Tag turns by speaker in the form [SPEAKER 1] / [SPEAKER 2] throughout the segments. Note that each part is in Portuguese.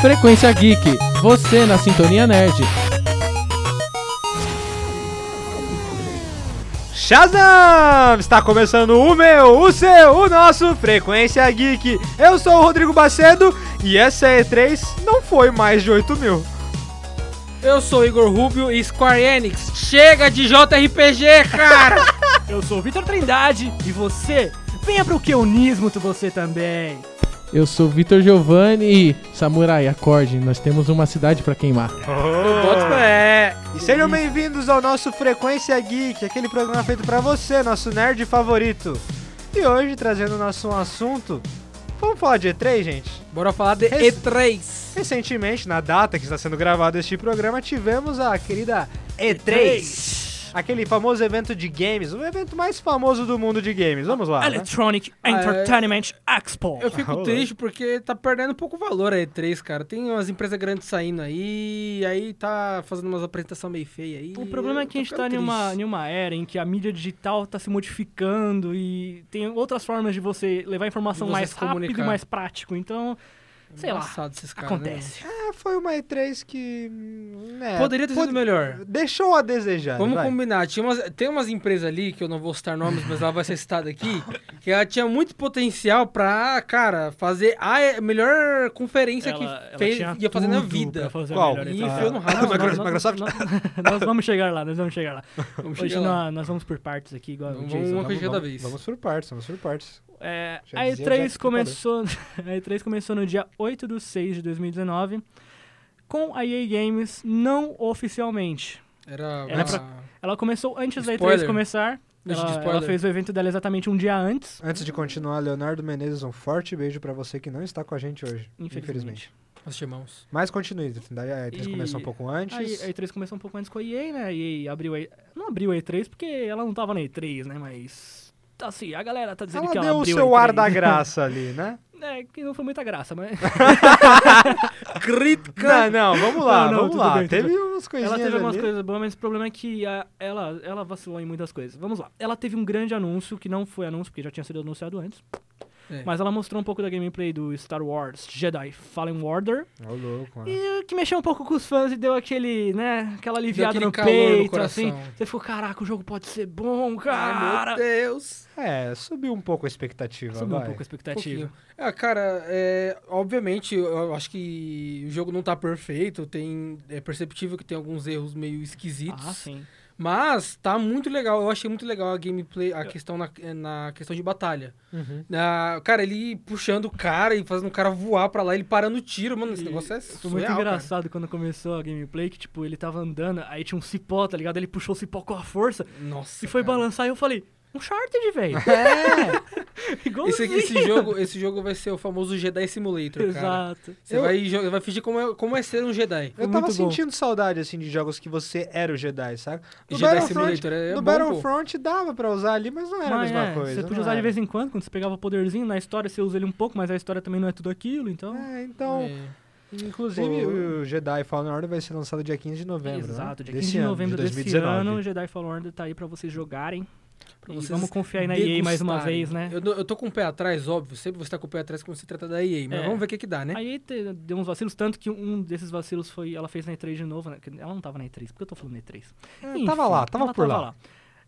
[SPEAKER 1] Frequência Geek, você na Sintonia Nerd.
[SPEAKER 2] Shazam! Está começando o meu, o seu, o nosso Frequência Geek. Eu sou o Rodrigo Bacedo e essa E3 não foi mais de 8 mil.
[SPEAKER 3] Eu sou Igor Rubio e Square Enix. Chega de JRPG, cara!
[SPEAKER 4] Eu sou o Vitor Trindade e você, venha pro Keunismo tu você também.
[SPEAKER 1] Eu sou Vitor Giovanni e Samurai, acorde, nós temos uma cidade pra queimar.
[SPEAKER 3] Boto é.
[SPEAKER 2] E sejam bem-vindos ao nosso Frequência Geek, aquele programa feito pra você, nosso nerd favorito. E hoje, trazendo nosso um assunto, vamos falar de E3, gente?
[SPEAKER 3] Bora falar de
[SPEAKER 2] Res-
[SPEAKER 3] E3.
[SPEAKER 2] Recentemente, na data que está sendo gravado este programa, tivemos a querida E3. Aquele famoso evento de games, o evento mais famoso do mundo de games. Vamos lá. né?
[SPEAKER 4] Electronic Entertainment Expo.
[SPEAKER 3] Ah, é. Eu fico
[SPEAKER 2] rolou.
[SPEAKER 3] triste porque tá perdendo pouco valor a E3, cara. Tem umas empresas grandes saindo aí, aí tá fazendo umas apresentações meio feias aí.
[SPEAKER 4] O problema é que a gente
[SPEAKER 3] Tô ficando
[SPEAKER 4] tá numa,
[SPEAKER 3] triste.
[SPEAKER 4] numa era em que a mídia digital tá se modificando e tem outras formas de você levar informação
[SPEAKER 3] De você
[SPEAKER 4] mais
[SPEAKER 3] se
[SPEAKER 4] rápido
[SPEAKER 3] comunicar.
[SPEAKER 4] e mais prático. Então, sei lá,
[SPEAKER 3] Engraçado esses caras, né,
[SPEAKER 4] acontece.
[SPEAKER 2] É, foi uma E3 que. hum, é,
[SPEAKER 3] mano? Poderia ter sido
[SPEAKER 2] pod-
[SPEAKER 3] melhor.
[SPEAKER 2] Deixou a
[SPEAKER 4] É,
[SPEAKER 2] desejar.
[SPEAKER 3] Vamos
[SPEAKER 2] vai.
[SPEAKER 3] combinar. Tinha umas- tem umas empresas ali, que eu não vou citar nomes, mas ela vai ser citada aqui, que ela tinha muito potencial pra, cara, fazer a melhor conferência que fez, ia fazer na vida.
[SPEAKER 2] Qual?
[SPEAKER 4] Qual?
[SPEAKER 3] E
[SPEAKER 2] Tá.
[SPEAKER 3] enfiou no rabo.
[SPEAKER 2] Micro- Microsoft?
[SPEAKER 4] Nós vamos chegar lá, nós vamos chegar lá.
[SPEAKER 3] Vamos
[SPEAKER 4] Hoje
[SPEAKER 3] chegar lá.
[SPEAKER 4] nós, nós vamos por partes aqui, igual o
[SPEAKER 3] Vamos-
[SPEAKER 4] Jason.
[SPEAKER 3] uma coisa de cada
[SPEAKER 2] vamos,
[SPEAKER 3] vez.
[SPEAKER 2] Vamos por partes, vamos por partes.
[SPEAKER 4] É,
[SPEAKER 2] Já
[SPEAKER 4] a
[SPEAKER 2] dizia
[SPEAKER 4] E3
[SPEAKER 2] Jack
[SPEAKER 4] começou, a E3 começou no dia 8 de 6 de 2019 com a EA Games não oficialmente.
[SPEAKER 3] Era,
[SPEAKER 4] Era
[SPEAKER 3] pra...
[SPEAKER 4] Ela é começou antes da
[SPEAKER 3] Spoiler.
[SPEAKER 4] E3 começar.
[SPEAKER 3] Deixa de
[SPEAKER 4] Ela,
[SPEAKER 3] spoiler.
[SPEAKER 4] ela fez o evento dela exatamente um dia antes,
[SPEAKER 2] Antes de continuar, Leonardo Menezes, um forte beijo pra você que não está com a gente hoje. Infelizmente.
[SPEAKER 4] infelizmente.
[SPEAKER 3] Nossos irmãos.
[SPEAKER 2] Mas continue, Trindade. A E3
[SPEAKER 4] E-
[SPEAKER 2] começou um pouco antes.
[SPEAKER 4] A, E- a E3 começou um pouco antes com a EA, né? A EA abriu a, não abriu a E3 porque ela não tava na E3, né? Mas tá assim, a galera tá dizendo
[SPEAKER 2] Ela
[SPEAKER 4] que ela
[SPEAKER 2] deu o
[SPEAKER 4] abriu
[SPEAKER 2] seu
[SPEAKER 4] a E3.
[SPEAKER 2] ar da graça ali, né?
[SPEAKER 4] É, que não foi muita graça, mas
[SPEAKER 2] Crítica! Não, não, vamos lá,
[SPEAKER 4] Não, não,
[SPEAKER 2] vamos
[SPEAKER 4] tudo
[SPEAKER 2] lá.
[SPEAKER 4] bem, tudo
[SPEAKER 2] teve umas coisinhas
[SPEAKER 4] Ela teve algumas
[SPEAKER 2] ali.
[SPEAKER 4] coisas boas, mas o problema é que a- ela, ela vacilou em muitas coisas. Vamos lá. Ela teve um grande anúncio, que não foi anúncio, porque já tinha sido anunciado antes.
[SPEAKER 3] É.
[SPEAKER 4] Mas ela mostrou um pouco da gameplay do Star Wars Jedi Fallen Order.
[SPEAKER 2] Ô, louco, né? mano.
[SPEAKER 4] E o que mexeu um pouco com os fãs e deu aquele, né, aquela aliviada
[SPEAKER 3] aquele
[SPEAKER 4] no
[SPEAKER 3] calor no
[SPEAKER 4] peito,
[SPEAKER 3] coração.
[SPEAKER 4] assim. Você ficou, caraca, o jogo pode ser bom,
[SPEAKER 3] Ai,
[SPEAKER 4] cara.
[SPEAKER 3] meu Deus.
[SPEAKER 2] É, subiu um pouco a expectativa,
[SPEAKER 4] Subiu um
[SPEAKER 2] vai.
[SPEAKER 4] pouco a expectativa.
[SPEAKER 3] Pouquinho. Ah, cara, é, obviamente, eu- eu acho que o jogo não tá perfeito, tem, é perceptível que tem alguns erros meio esquisitos.
[SPEAKER 4] Ah, sim.
[SPEAKER 3] Mas tá muito legal, eu achei muito legal a gameplay,
[SPEAKER 4] É.
[SPEAKER 3] a questão na, é, na questão de batalha.
[SPEAKER 2] Uhum.
[SPEAKER 3] Na- cara, ele puxando o cara e fazendo o cara voar pra lá, ele parando o tiro, mano, esse
[SPEAKER 4] E
[SPEAKER 3] negócio é
[SPEAKER 4] Foi
[SPEAKER 3] surreal,
[SPEAKER 4] muito
[SPEAKER 3] cara.
[SPEAKER 4] engraçado quando começou a gameplay, que tipo, ele tava andando, aí tinha um cipó, tá ligado? Ele puxou o cipó com a força
[SPEAKER 3] Nossa,
[SPEAKER 4] e foi
[SPEAKER 3] cara.
[SPEAKER 4] balançar e eu falei, um Uncharted, velho.
[SPEAKER 3] É!
[SPEAKER 4] Igual
[SPEAKER 3] esse, esse jogo, esse jogo vai ser o famoso Jedi Simulator, cara.
[SPEAKER 4] Exato.
[SPEAKER 3] Você
[SPEAKER 2] Eu-
[SPEAKER 3] vai, jo- vai fingir como é, como é ser um Jedi.
[SPEAKER 2] Eu
[SPEAKER 4] Foi
[SPEAKER 2] tava
[SPEAKER 4] muito bom.
[SPEAKER 2] sentindo saudade, assim, de jogos que você era o Jedi, saca? No
[SPEAKER 3] Jedi
[SPEAKER 2] Battlefront,
[SPEAKER 3] Simulator é
[SPEAKER 2] no
[SPEAKER 3] bom,
[SPEAKER 2] Battlefront dava pra usar ali, mas não era
[SPEAKER 4] Mas,
[SPEAKER 2] a mesma
[SPEAKER 4] é,
[SPEAKER 2] coisa.
[SPEAKER 4] Você
[SPEAKER 2] não
[SPEAKER 4] podia usar de
[SPEAKER 2] era.
[SPEAKER 4] vez em quando, quando você pegava o poderzinho, na história você usa ele um pouco, mas a história também não é tudo aquilo, então.
[SPEAKER 2] É, então,
[SPEAKER 3] É.
[SPEAKER 2] inclusive o Jedi Fallen Order vai ser lançado dia 15 de novembro, né?
[SPEAKER 4] é Exato, dia
[SPEAKER 2] Desse
[SPEAKER 4] 15 de
[SPEAKER 2] ano,
[SPEAKER 4] novembro
[SPEAKER 2] de
[SPEAKER 4] desse
[SPEAKER 2] 2019.
[SPEAKER 4] ano, Jedi Fallen Order tá aí pra vocês jogarem.
[SPEAKER 3] Pra
[SPEAKER 4] E
[SPEAKER 3] vocês
[SPEAKER 4] vamos confiar aí na EA mais uma
[SPEAKER 3] degustarem.
[SPEAKER 4] vez, né?
[SPEAKER 3] Eu, tô- eu tô com o pé atrás, óbvio. Sempre você tá com o pé atrás quando se trata da EA, mas
[SPEAKER 4] É.
[SPEAKER 3] vamos ver o que que dá, né?
[SPEAKER 4] Aí te- deu uns vacilos, tanto que um desses vacilos foi. Ela fez na E3 de novo, né? Que Ela não tava na E3, por que eu tô falando na E3?
[SPEAKER 2] É, tava lá, tava
[SPEAKER 4] ela
[SPEAKER 2] por lá.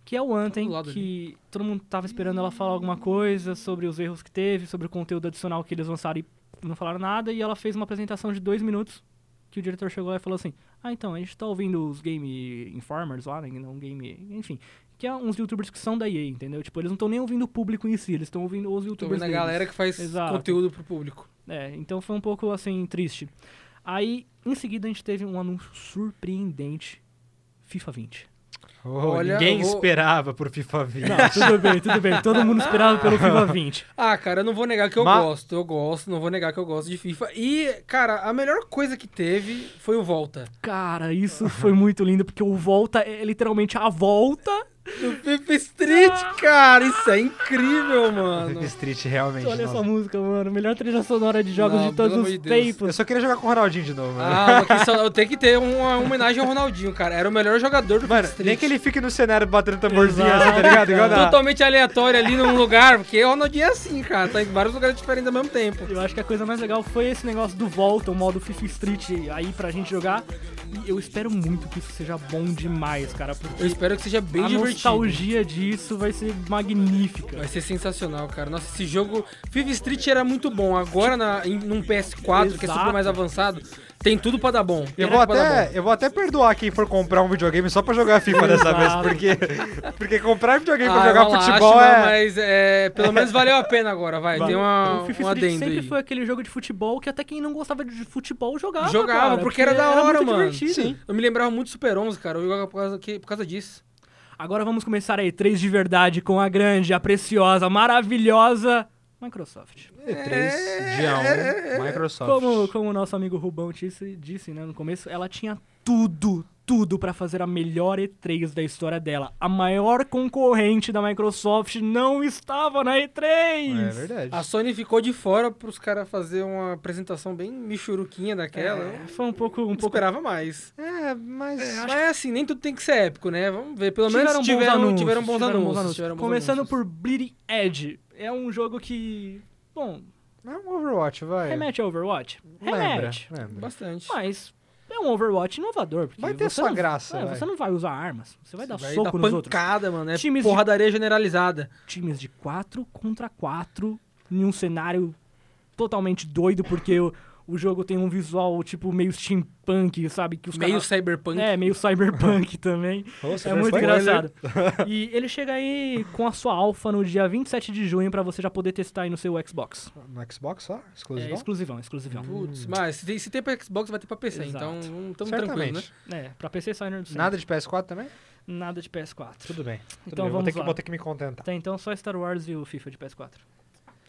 [SPEAKER 4] Que é o Anthem,
[SPEAKER 3] Do lado
[SPEAKER 4] que todo mundo tava esperando ela falar alguma coisa sobre os erros que teve, sobre o conteúdo adicional que eles lançaram e não falaram nada. E ela fez uma apresentação de dois minutos, que o diretor chegou lá e falou assim, ah, então, a gente tá ouvindo os Game Informers lá, né? Não Game... Enfim, que é uns youtubers que são da EA, entendeu? Tipo, eles não estão nem ouvindo o público em si, eles estão ouvindo os
[SPEAKER 3] Tô
[SPEAKER 4] youtubers
[SPEAKER 3] vendo a
[SPEAKER 4] deles.
[SPEAKER 3] galera que faz
[SPEAKER 4] Exato.
[SPEAKER 3] conteúdo pro público.
[SPEAKER 4] É, então foi um pouco assim, triste. Aí, em seguida, a gente teve um anúncio surpreendente. FIFA 20.
[SPEAKER 2] Oh,
[SPEAKER 3] Olha,
[SPEAKER 2] ninguém
[SPEAKER 3] eu vou-
[SPEAKER 2] esperava por FIFA 20.
[SPEAKER 4] Não, tudo bem, tudo bem. Todo mundo esperava pelo FIFA 20.
[SPEAKER 3] Ah, cara, eu não vou negar que eu
[SPEAKER 2] Ma-
[SPEAKER 3] gosto. Eu gosto, não vou negar que eu gosto de FIFA. E, cara, a melhor coisa que teve foi o Volta.
[SPEAKER 4] Cara, isso foi muito lindo, porque o Volta é literalmente a volta
[SPEAKER 3] Do Pip
[SPEAKER 4] Ah!
[SPEAKER 3] Street, cara. Isso é incrível, mano.
[SPEAKER 2] Pip Street, realmente.
[SPEAKER 4] Olha
[SPEAKER 2] nossa.
[SPEAKER 4] essa música, mano. Melhor trilha sonora de jogos
[SPEAKER 3] Não,
[SPEAKER 4] de todos
[SPEAKER 3] pelo
[SPEAKER 4] os
[SPEAKER 3] amor de Deus.
[SPEAKER 2] Eu
[SPEAKER 4] tempos.
[SPEAKER 2] só queria jogar com o Ronaldinho de novo, né? mano.
[SPEAKER 3] Ah, mas que só- eu tenho que ter uma homenagem ao Ronaldinho, cara. Era o melhor jogador do
[SPEAKER 2] mano,
[SPEAKER 3] Pip Street.
[SPEAKER 2] nem que ele fique no cenário batendo tamborzinho, assim, tá
[SPEAKER 4] Ah, Exato,
[SPEAKER 2] ligado? Igual
[SPEAKER 4] cara.
[SPEAKER 2] na...
[SPEAKER 3] Totalmente aleatório ali num lugar, porque o Ronaldinho é assim, cara. Tá em vários lugares diferentes ao mesmo tempo.
[SPEAKER 4] Eu acho que a coisa mais legal foi esse negócio do Volta, o modo Fifi Street aí pra gente jogar. E eu espero muito que isso seja bom demais, cara. Porque
[SPEAKER 3] Eu espero que seja bem
[SPEAKER 4] a
[SPEAKER 3] divertido.
[SPEAKER 4] nostalgia disso vai ser magnífica.
[SPEAKER 3] Vai ser sensacional, cara. Nossa, esse jogo. FIFA Street era muito bom. Agora, na, em, num PS4, que é
[SPEAKER 4] Exato.
[SPEAKER 3] super mais avançado, tem tudo pra dar bom.
[SPEAKER 2] Eu
[SPEAKER 3] Tem
[SPEAKER 2] vou,
[SPEAKER 3] tudo pra dar
[SPEAKER 2] até, eu vou até perdoar quem for comprar um videogame só pra jogar FIFA dessa vez,
[SPEAKER 4] Exato.
[SPEAKER 2] porque, porque comprar videogame
[SPEAKER 3] bom.
[SPEAKER 2] pra
[SPEAKER 3] Ah,
[SPEAKER 2] jogar
[SPEAKER 3] eu não
[SPEAKER 2] futebol
[SPEAKER 3] acho,
[SPEAKER 2] é...
[SPEAKER 3] Mas é, pelo menos valeu a pena agora, vai.
[SPEAKER 4] Vale.
[SPEAKER 3] Tem uma,
[SPEAKER 4] o Fifi
[SPEAKER 3] um
[SPEAKER 4] Street
[SPEAKER 3] adendo
[SPEAKER 4] sempre
[SPEAKER 3] aí.
[SPEAKER 4] foi aquele jogo de futebol que até quem não gostava de futebol jogava.
[SPEAKER 3] Jogava,
[SPEAKER 4] cara,
[SPEAKER 3] porque era da hora,
[SPEAKER 4] muito
[SPEAKER 3] mano.
[SPEAKER 4] divertido.
[SPEAKER 2] Sim.
[SPEAKER 3] Eu me lembrava muito Super 11, cara. Eu jogava por causa, que- por causa disso.
[SPEAKER 4] Agora vamos começar aí, três de verdade com a grande, a preciosa, maravilhosa Microsoft.
[SPEAKER 2] É E3, dia 1, Microsoft. É
[SPEAKER 4] Como, como o nosso amigo Rubão disse, disse né, no começo, ela tinha tudo, tudo pra fazer a melhor E3 da história dela. A maior concorrente da Microsoft não estava na E3.
[SPEAKER 2] É verdade.
[SPEAKER 3] A Sony ficou de fora pros caras fazer uma apresentação bem michuruquinha daquela. Eu
[SPEAKER 4] É, foi um pouco, um
[SPEAKER 3] não
[SPEAKER 4] pouco
[SPEAKER 3] esperava mais.
[SPEAKER 2] É, mas...
[SPEAKER 3] Mas assim, nem tudo tem que ser épico, né? Vamos ver. Pelo menos
[SPEAKER 4] bons
[SPEAKER 3] tiveram,
[SPEAKER 4] anúncios,
[SPEAKER 3] tiveram bons
[SPEAKER 4] tiveram
[SPEAKER 3] anúncios. tiveram bons
[SPEAKER 4] Começando
[SPEAKER 3] anúncios.
[SPEAKER 4] por Bleeding Edge. É um jogo que, bom,
[SPEAKER 2] É um Overwatch, vai.
[SPEAKER 4] remete a Overwatch.
[SPEAKER 2] Lembra,
[SPEAKER 4] Remete.
[SPEAKER 2] lembra.
[SPEAKER 3] Bastante.
[SPEAKER 4] Mas é um Overwatch inovador. Porque
[SPEAKER 2] Vai ter
[SPEAKER 4] você
[SPEAKER 2] sua
[SPEAKER 4] não-
[SPEAKER 2] graça,
[SPEAKER 4] é,
[SPEAKER 2] vai.
[SPEAKER 4] Você não vai usar armas. Você vai dar
[SPEAKER 3] Vai
[SPEAKER 4] soco
[SPEAKER 3] dar
[SPEAKER 4] nos outros.
[SPEAKER 3] pancada, mano. É
[SPEAKER 4] Times de-
[SPEAKER 3] porradaria generalizada.
[SPEAKER 4] times de 4 contra 4 em um cenário totalmente doido, porque o, o jogo tem um visual tipo meio steampunk, sabe? Que os
[SPEAKER 3] Meio
[SPEAKER 4] caras-
[SPEAKER 3] cyberpunk.
[SPEAKER 4] É, meio cyberpunk também. É muito engraçado. E ele chega aí com a sua alfa no dia 27 de junho pra você já poder testar aí no seu Xbox.
[SPEAKER 2] No Xbox só?
[SPEAKER 4] É,
[SPEAKER 2] Exclusivo?
[SPEAKER 4] exclusivão, exclusivão.
[SPEAKER 3] Putz, mas se tem, se tem pra Xbox, vai ter pra PC.
[SPEAKER 4] Exato.
[SPEAKER 3] Então, hum, tamo tranquilo, né?
[SPEAKER 4] É, pra PC Signer do
[SPEAKER 2] Nada de PS4 também?
[SPEAKER 4] Nada de PS4.
[SPEAKER 2] Tudo bem. Tudo
[SPEAKER 4] Então
[SPEAKER 2] bem. vou,
[SPEAKER 4] vamos
[SPEAKER 2] ter que,
[SPEAKER 4] lá.
[SPEAKER 2] vou ter que me
[SPEAKER 3] Tá.
[SPEAKER 2] contentar.
[SPEAKER 4] Até então só Star Wars e o FIFA de PS4.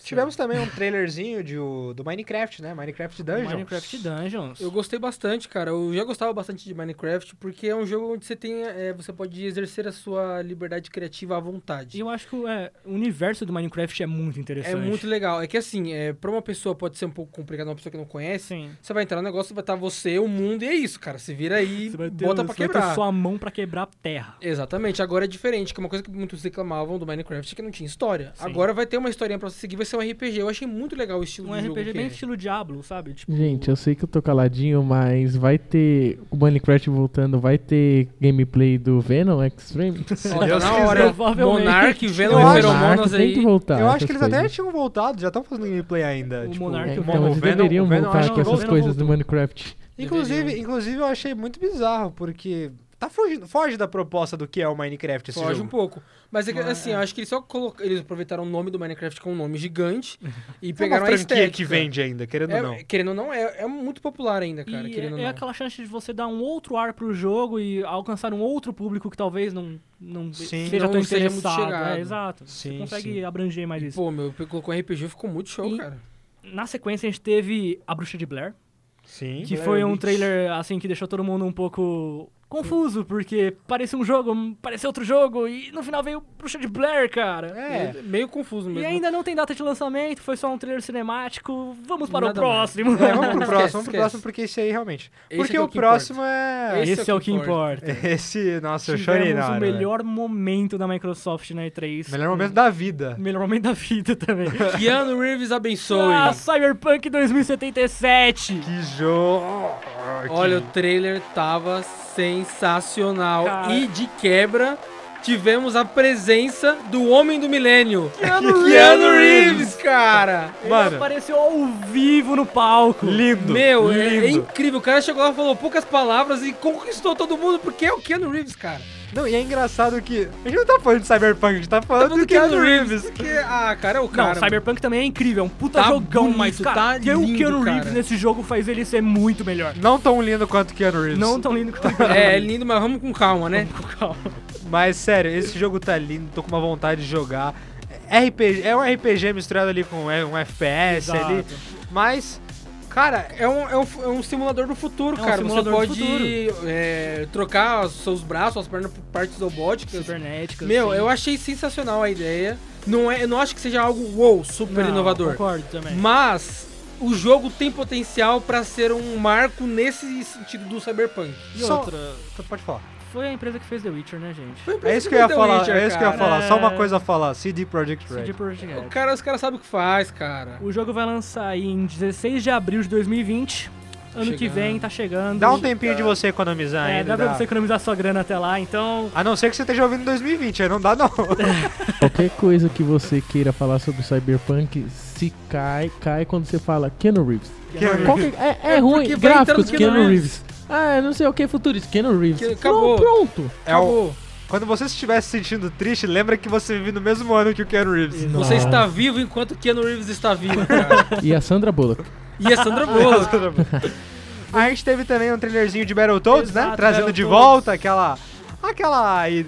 [SPEAKER 2] Tivemos também um trailerzinho de o- do Minecraft, né? Minecraft Dungeons.
[SPEAKER 4] Minecraft Dungeons.
[SPEAKER 3] Eu gostei bastante, cara. Eu já gostava bastante de Minecraft, porque é um jogo onde você tem. é, você pode exercer a sua liberdade criativa à vontade.
[SPEAKER 4] E eu acho que é, o universo do Minecraft é muito
[SPEAKER 3] É
[SPEAKER 4] interessante.
[SPEAKER 3] muito legal. É que assim, é, pra uma pessoa pode ser um pouco complicado, uma pessoa que não conhece.
[SPEAKER 4] Sim.
[SPEAKER 3] Você vai entrar no negócio, vai estar você, o mundo, e é isso, cara. Se vira aí,
[SPEAKER 4] Você vai ter, um-
[SPEAKER 3] bota pra
[SPEAKER 4] você vai ter
[SPEAKER 3] quebrar.
[SPEAKER 4] sua mão pra quebrar terra.
[SPEAKER 3] Exatamente, agora é diferente, que é uma coisa que muitos reclamavam do Minecraft é que não tinha história.
[SPEAKER 4] Sim.
[SPEAKER 3] Agora vai ter uma historinha pra você seguir, vai ser um RPG. Eu achei muito legal o estilo
[SPEAKER 4] Um
[SPEAKER 3] de jogo.
[SPEAKER 4] RPG
[SPEAKER 3] que
[SPEAKER 4] bem
[SPEAKER 3] é.
[SPEAKER 4] estilo Diablo, sabe? Tipo,
[SPEAKER 1] Gente, eu sei que eu tô caladinho, mas vai ter o Minecraft voltando, vai ter gameplay do Venom Extreme?
[SPEAKER 3] Ó, tá
[SPEAKER 2] Deus
[SPEAKER 3] na
[SPEAKER 2] quiser.
[SPEAKER 3] hora.
[SPEAKER 4] Provavelmente.
[SPEAKER 3] Monark, Venom
[SPEAKER 2] Eu
[SPEAKER 3] e
[SPEAKER 2] acho-
[SPEAKER 1] Monark
[SPEAKER 3] É um Feromonas
[SPEAKER 1] tem que
[SPEAKER 3] aí.
[SPEAKER 1] voltar.
[SPEAKER 2] eu acho
[SPEAKER 1] Tá, essas
[SPEAKER 2] que eles até
[SPEAKER 1] coisas.
[SPEAKER 2] tinham voltado, já estão fazendo gameplay ainda.
[SPEAKER 4] O
[SPEAKER 2] tipo,
[SPEAKER 4] Monark
[SPEAKER 1] É,
[SPEAKER 4] que
[SPEAKER 1] então, eles
[SPEAKER 2] Venom-
[SPEAKER 1] deveriam
[SPEAKER 2] o Venom
[SPEAKER 1] voltar
[SPEAKER 2] acho
[SPEAKER 4] que
[SPEAKER 1] com essas
[SPEAKER 4] Venom
[SPEAKER 1] coisas do
[SPEAKER 4] voltou.
[SPEAKER 1] Minecraft.
[SPEAKER 2] Inclusive, inclusive, eu achei muito bizarro, porque tá fugindo, foge da proposta do que é o Minecraft esse
[SPEAKER 3] Foge um
[SPEAKER 2] jogo.
[SPEAKER 3] pouco. Mas é que,
[SPEAKER 4] Mas,
[SPEAKER 3] assim,
[SPEAKER 4] é.
[SPEAKER 3] eu acho que eles só colocaram. Eles aproveitaram o nome do Minecraft com um nome gigante e
[SPEAKER 2] é uma
[SPEAKER 3] pegaram a
[SPEAKER 2] franquia
[SPEAKER 3] estética.
[SPEAKER 2] que vende ainda, querendo
[SPEAKER 3] É,
[SPEAKER 2] ou não.
[SPEAKER 3] Querendo ou não, é, é muito popular ainda, cara.
[SPEAKER 4] e é,
[SPEAKER 3] querendo
[SPEAKER 4] é
[SPEAKER 3] ou não.
[SPEAKER 4] aquela chance de você dar um outro ar pro jogo e alcançar um outro público que talvez não, não
[SPEAKER 2] Sim.
[SPEAKER 4] seja
[SPEAKER 3] Não
[SPEAKER 4] tão
[SPEAKER 3] seja muito
[SPEAKER 4] interessado.
[SPEAKER 3] chegado.
[SPEAKER 4] é, exato.
[SPEAKER 2] Sim,
[SPEAKER 4] você consegue abranger mais isso.
[SPEAKER 3] Pô, meu, colocou RPG ficou muito show,
[SPEAKER 4] E-
[SPEAKER 3] cara.
[SPEAKER 4] Na sequência, a gente teve A Bruxa de Blair,
[SPEAKER 2] Sim.
[SPEAKER 4] que foi um trailer, assim, que deixou todo mundo um pouco confuso, porque parecia um jogo, parecia outro jogo, e no final veio Bruxa de Blair, cara.
[SPEAKER 2] É.
[SPEAKER 3] Meio confuso mesmo.
[SPEAKER 4] E ainda não tem data de lançamento, foi só um trailer cinemático. Vamos para
[SPEAKER 3] Nada
[SPEAKER 4] o próximo.
[SPEAKER 2] É, vamos pro
[SPEAKER 3] Esquece,
[SPEAKER 2] próximo, vamos pro
[SPEAKER 3] esquece.
[SPEAKER 2] próximo, porque esse aí realmente.
[SPEAKER 3] Esse
[SPEAKER 2] porque
[SPEAKER 3] é o
[SPEAKER 2] o
[SPEAKER 3] que
[SPEAKER 2] próximo
[SPEAKER 4] Esse,
[SPEAKER 2] é.
[SPEAKER 3] Esse
[SPEAKER 4] é o que importa.
[SPEAKER 2] Esse, nossa, É, eu chorei
[SPEAKER 4] Tivemos
[SPEAKER 2] na
[SPEAKER 4] o
[SPEAKER 2] hora,
[SPEAKER 4] melhor momento da Microsoft na E3.
[SPEAKER 2] velho. Melhor momento da vida.
[SPEAKER 4] Melhor momento da vida também.
[SPEAKER 3] Keanu Reeves abençoe.
[SPEAKER 4] ah, Cyberpunk 2077.
[SPEAKER 2] Que jogo.
[SPEAKER 3] Olha, o trailer tava sensacional.
[SPEAKER 4] Cara.
[SPEAKER 3] E de quebra, tivemos a presença do Homem do Milênio.
[SPEAKER 4] Keanu
[SPEAKER 3] Keanu Reeves, cara!
[SPEAKER 4] Ele
[SPEAKER 2] é, Mano.
[SPEAKER 4] apareceu ao vivo no palco.
[SPEAKER 2] lindo.
[SPEAKER 3] Meu, é, é
[SPEAKER 2] lindo.
[SPEAKER 3] incrível. O cara chegou lá, falou poucas palavras e conquistou todo mundo, porque é o Keanu Reeves, cara.
[SPEAKER 2] Não, e é engraçado que. A gente não tá falando de Cyberpunk, a gente tá falando
[SPEAKER 3] Todo
[SPEAKER 2] do
[SPEAKER 3] mundo
[SPEAKER 2] Keanu Reeves.
[SPEAKER 3] Porque, ah, cara, é o
[SPEAKER 4] Não,
[SPEAKER 3] cara. mano.
[SPEAKER 4] Cyberpunk também é incrível, é um puta
[SPEAKER 3] Tá
[SPEAKER 4] jogão,
[SPEAKER 3] bonito,
[SPEAKER 4] mas cara,
[SPEAKER 3] tá
[SPEAKER 4] ter o
[SPEAKER 3] lindo,
[SPEAKER 4] Keanu
[SPEAKER 3] cara.
[SPEAKER 4] Reeves nesse jogo faz ele ser muito melhor.
[SPEAKER 2] Não tão lindo quanto Keanu Reeves.
[SPEAKER 4] Não tão lindo quanto
[SPEAKER 3] É, é lindo, mas vamos com calma, né?
[SPEAKER 4] Calma.
[SPEAKER 2] Mas sério, esse jogo tá lindo, tô com uma vontade de jogar. É RPG, é um RPG misturado ali com um FPS
[SPEAKER 4] Exato.
[SPEAKER 2] ali. Mas,
[SPEAKER 3] Cara, é um, é, um, é um simulador do futuro,
[SPEAKER 4] É um
[SPEAKER 3] cara. Você
[SPEAKER 4] simulador do
[SPEAKER 3] pode é, trocar os seus braços, suas pernas por partes robóticas.
[SPEAKER 4] Cibernética.
[SPEAKER 3] Meu,
[SPEAKER 4] assim.
[SPEAKER 3] eu achei sensacional a ideia. Não é, eu não acho que seja algo wow, super
[SPEAKER 4] Não,
[SPEAKER 3] inovador.
[SPEAKER 4] Concordo também.
[SPEAKER 3] Mas o jogo tem potencial pra ser um marco nesse sentido do cyberpunk.
[SPEAKER 4] E
[SPEAKER 2] Só-
[SPEAKER 4] outra,
[SPEAKER 2] Então Pode falar.
[SPEAKER 4] foi a empresa que fez The Witcher, né, gente?
[SPEAKER 3] Foi por
[SPEAKER 2] É isso que eu ia
[SPEAKER 3] deu
[SPEAKER 2] falar,
[SPEAKER 3] Witcher,
[SPEAKER 2] é isso que eu ia
[SPEAKER 3] cara.
[SPEAKER 2] falar. Só uma
[SPEAKER 4] É.
[SPEAKER 2] coisa a falar, CD Projekt Red.
[SPEAKER 4] CD Projekt Red.
[SPEAKER 3] O cara, os caras sabem o que faz, cara.
[SPEAKER 4] O jogo vai lançar aí em 16 de abril de 2020. Ano que
[SPEAKER 3] chegando.
[SPEAKER 4] vem, tá chegando.
[SPEAKER 2] Dá um tempinho de você economizar
[SPEAKER 4] É,
[SPEAKER 2] ainda.
[SPEAKER 4] dá pra você economizar sua grana até lá, então.
[SPEAKER 2] A não ser que você esteja ouvindo em 2020, aí não dá não.
[SPEAKER 1] Qualquer coisa que você queira falar sobre Cyberpunk, se cai, cai quando você fala Keanu Reeves. Qual que- é, é
[SPEAKER 3] É
[SPEAKER 1] ruim,
[SPEAKER 3] porque vai
[SPEAKER 1] gráficos,
[SPEAKER 3] entrando
[SPEAKER 1] Keanu
[SPEAKER 3] Keanu
[SPEAKER 1] Reeves. Ah, não sei o que, futurista, Keanu Reeves.
[SPEAKER 3] Que- acabou.
[SPEAKER 1] Pronto, pronto.
[SPEAKER 2] É o-
[SPEAKER 3] Acabou.
[SPEAKER 2] Quando você estiver se sentindo triste, lembra que você vive no mesmo ano que o Keanu Reeves.
[SPEAKER 1] Não.
[SPEAKER 3] Você está vivo enquanto Keanu Reeves está vivo, cara.
[SPEAKER 1] E a Sandra Bullock.
[SPEAKER 3] e a Sandra Bullock.
[SPEAKER 2] a gente teve também um trailerzinho de Battletoads, né?
[SPEAKER 4] Exato,
[SPEAKER 2] Trazendo de
[SPEAKER 4] Battletoads.
[SPEAKER 2] volta aquela... Aquela... e-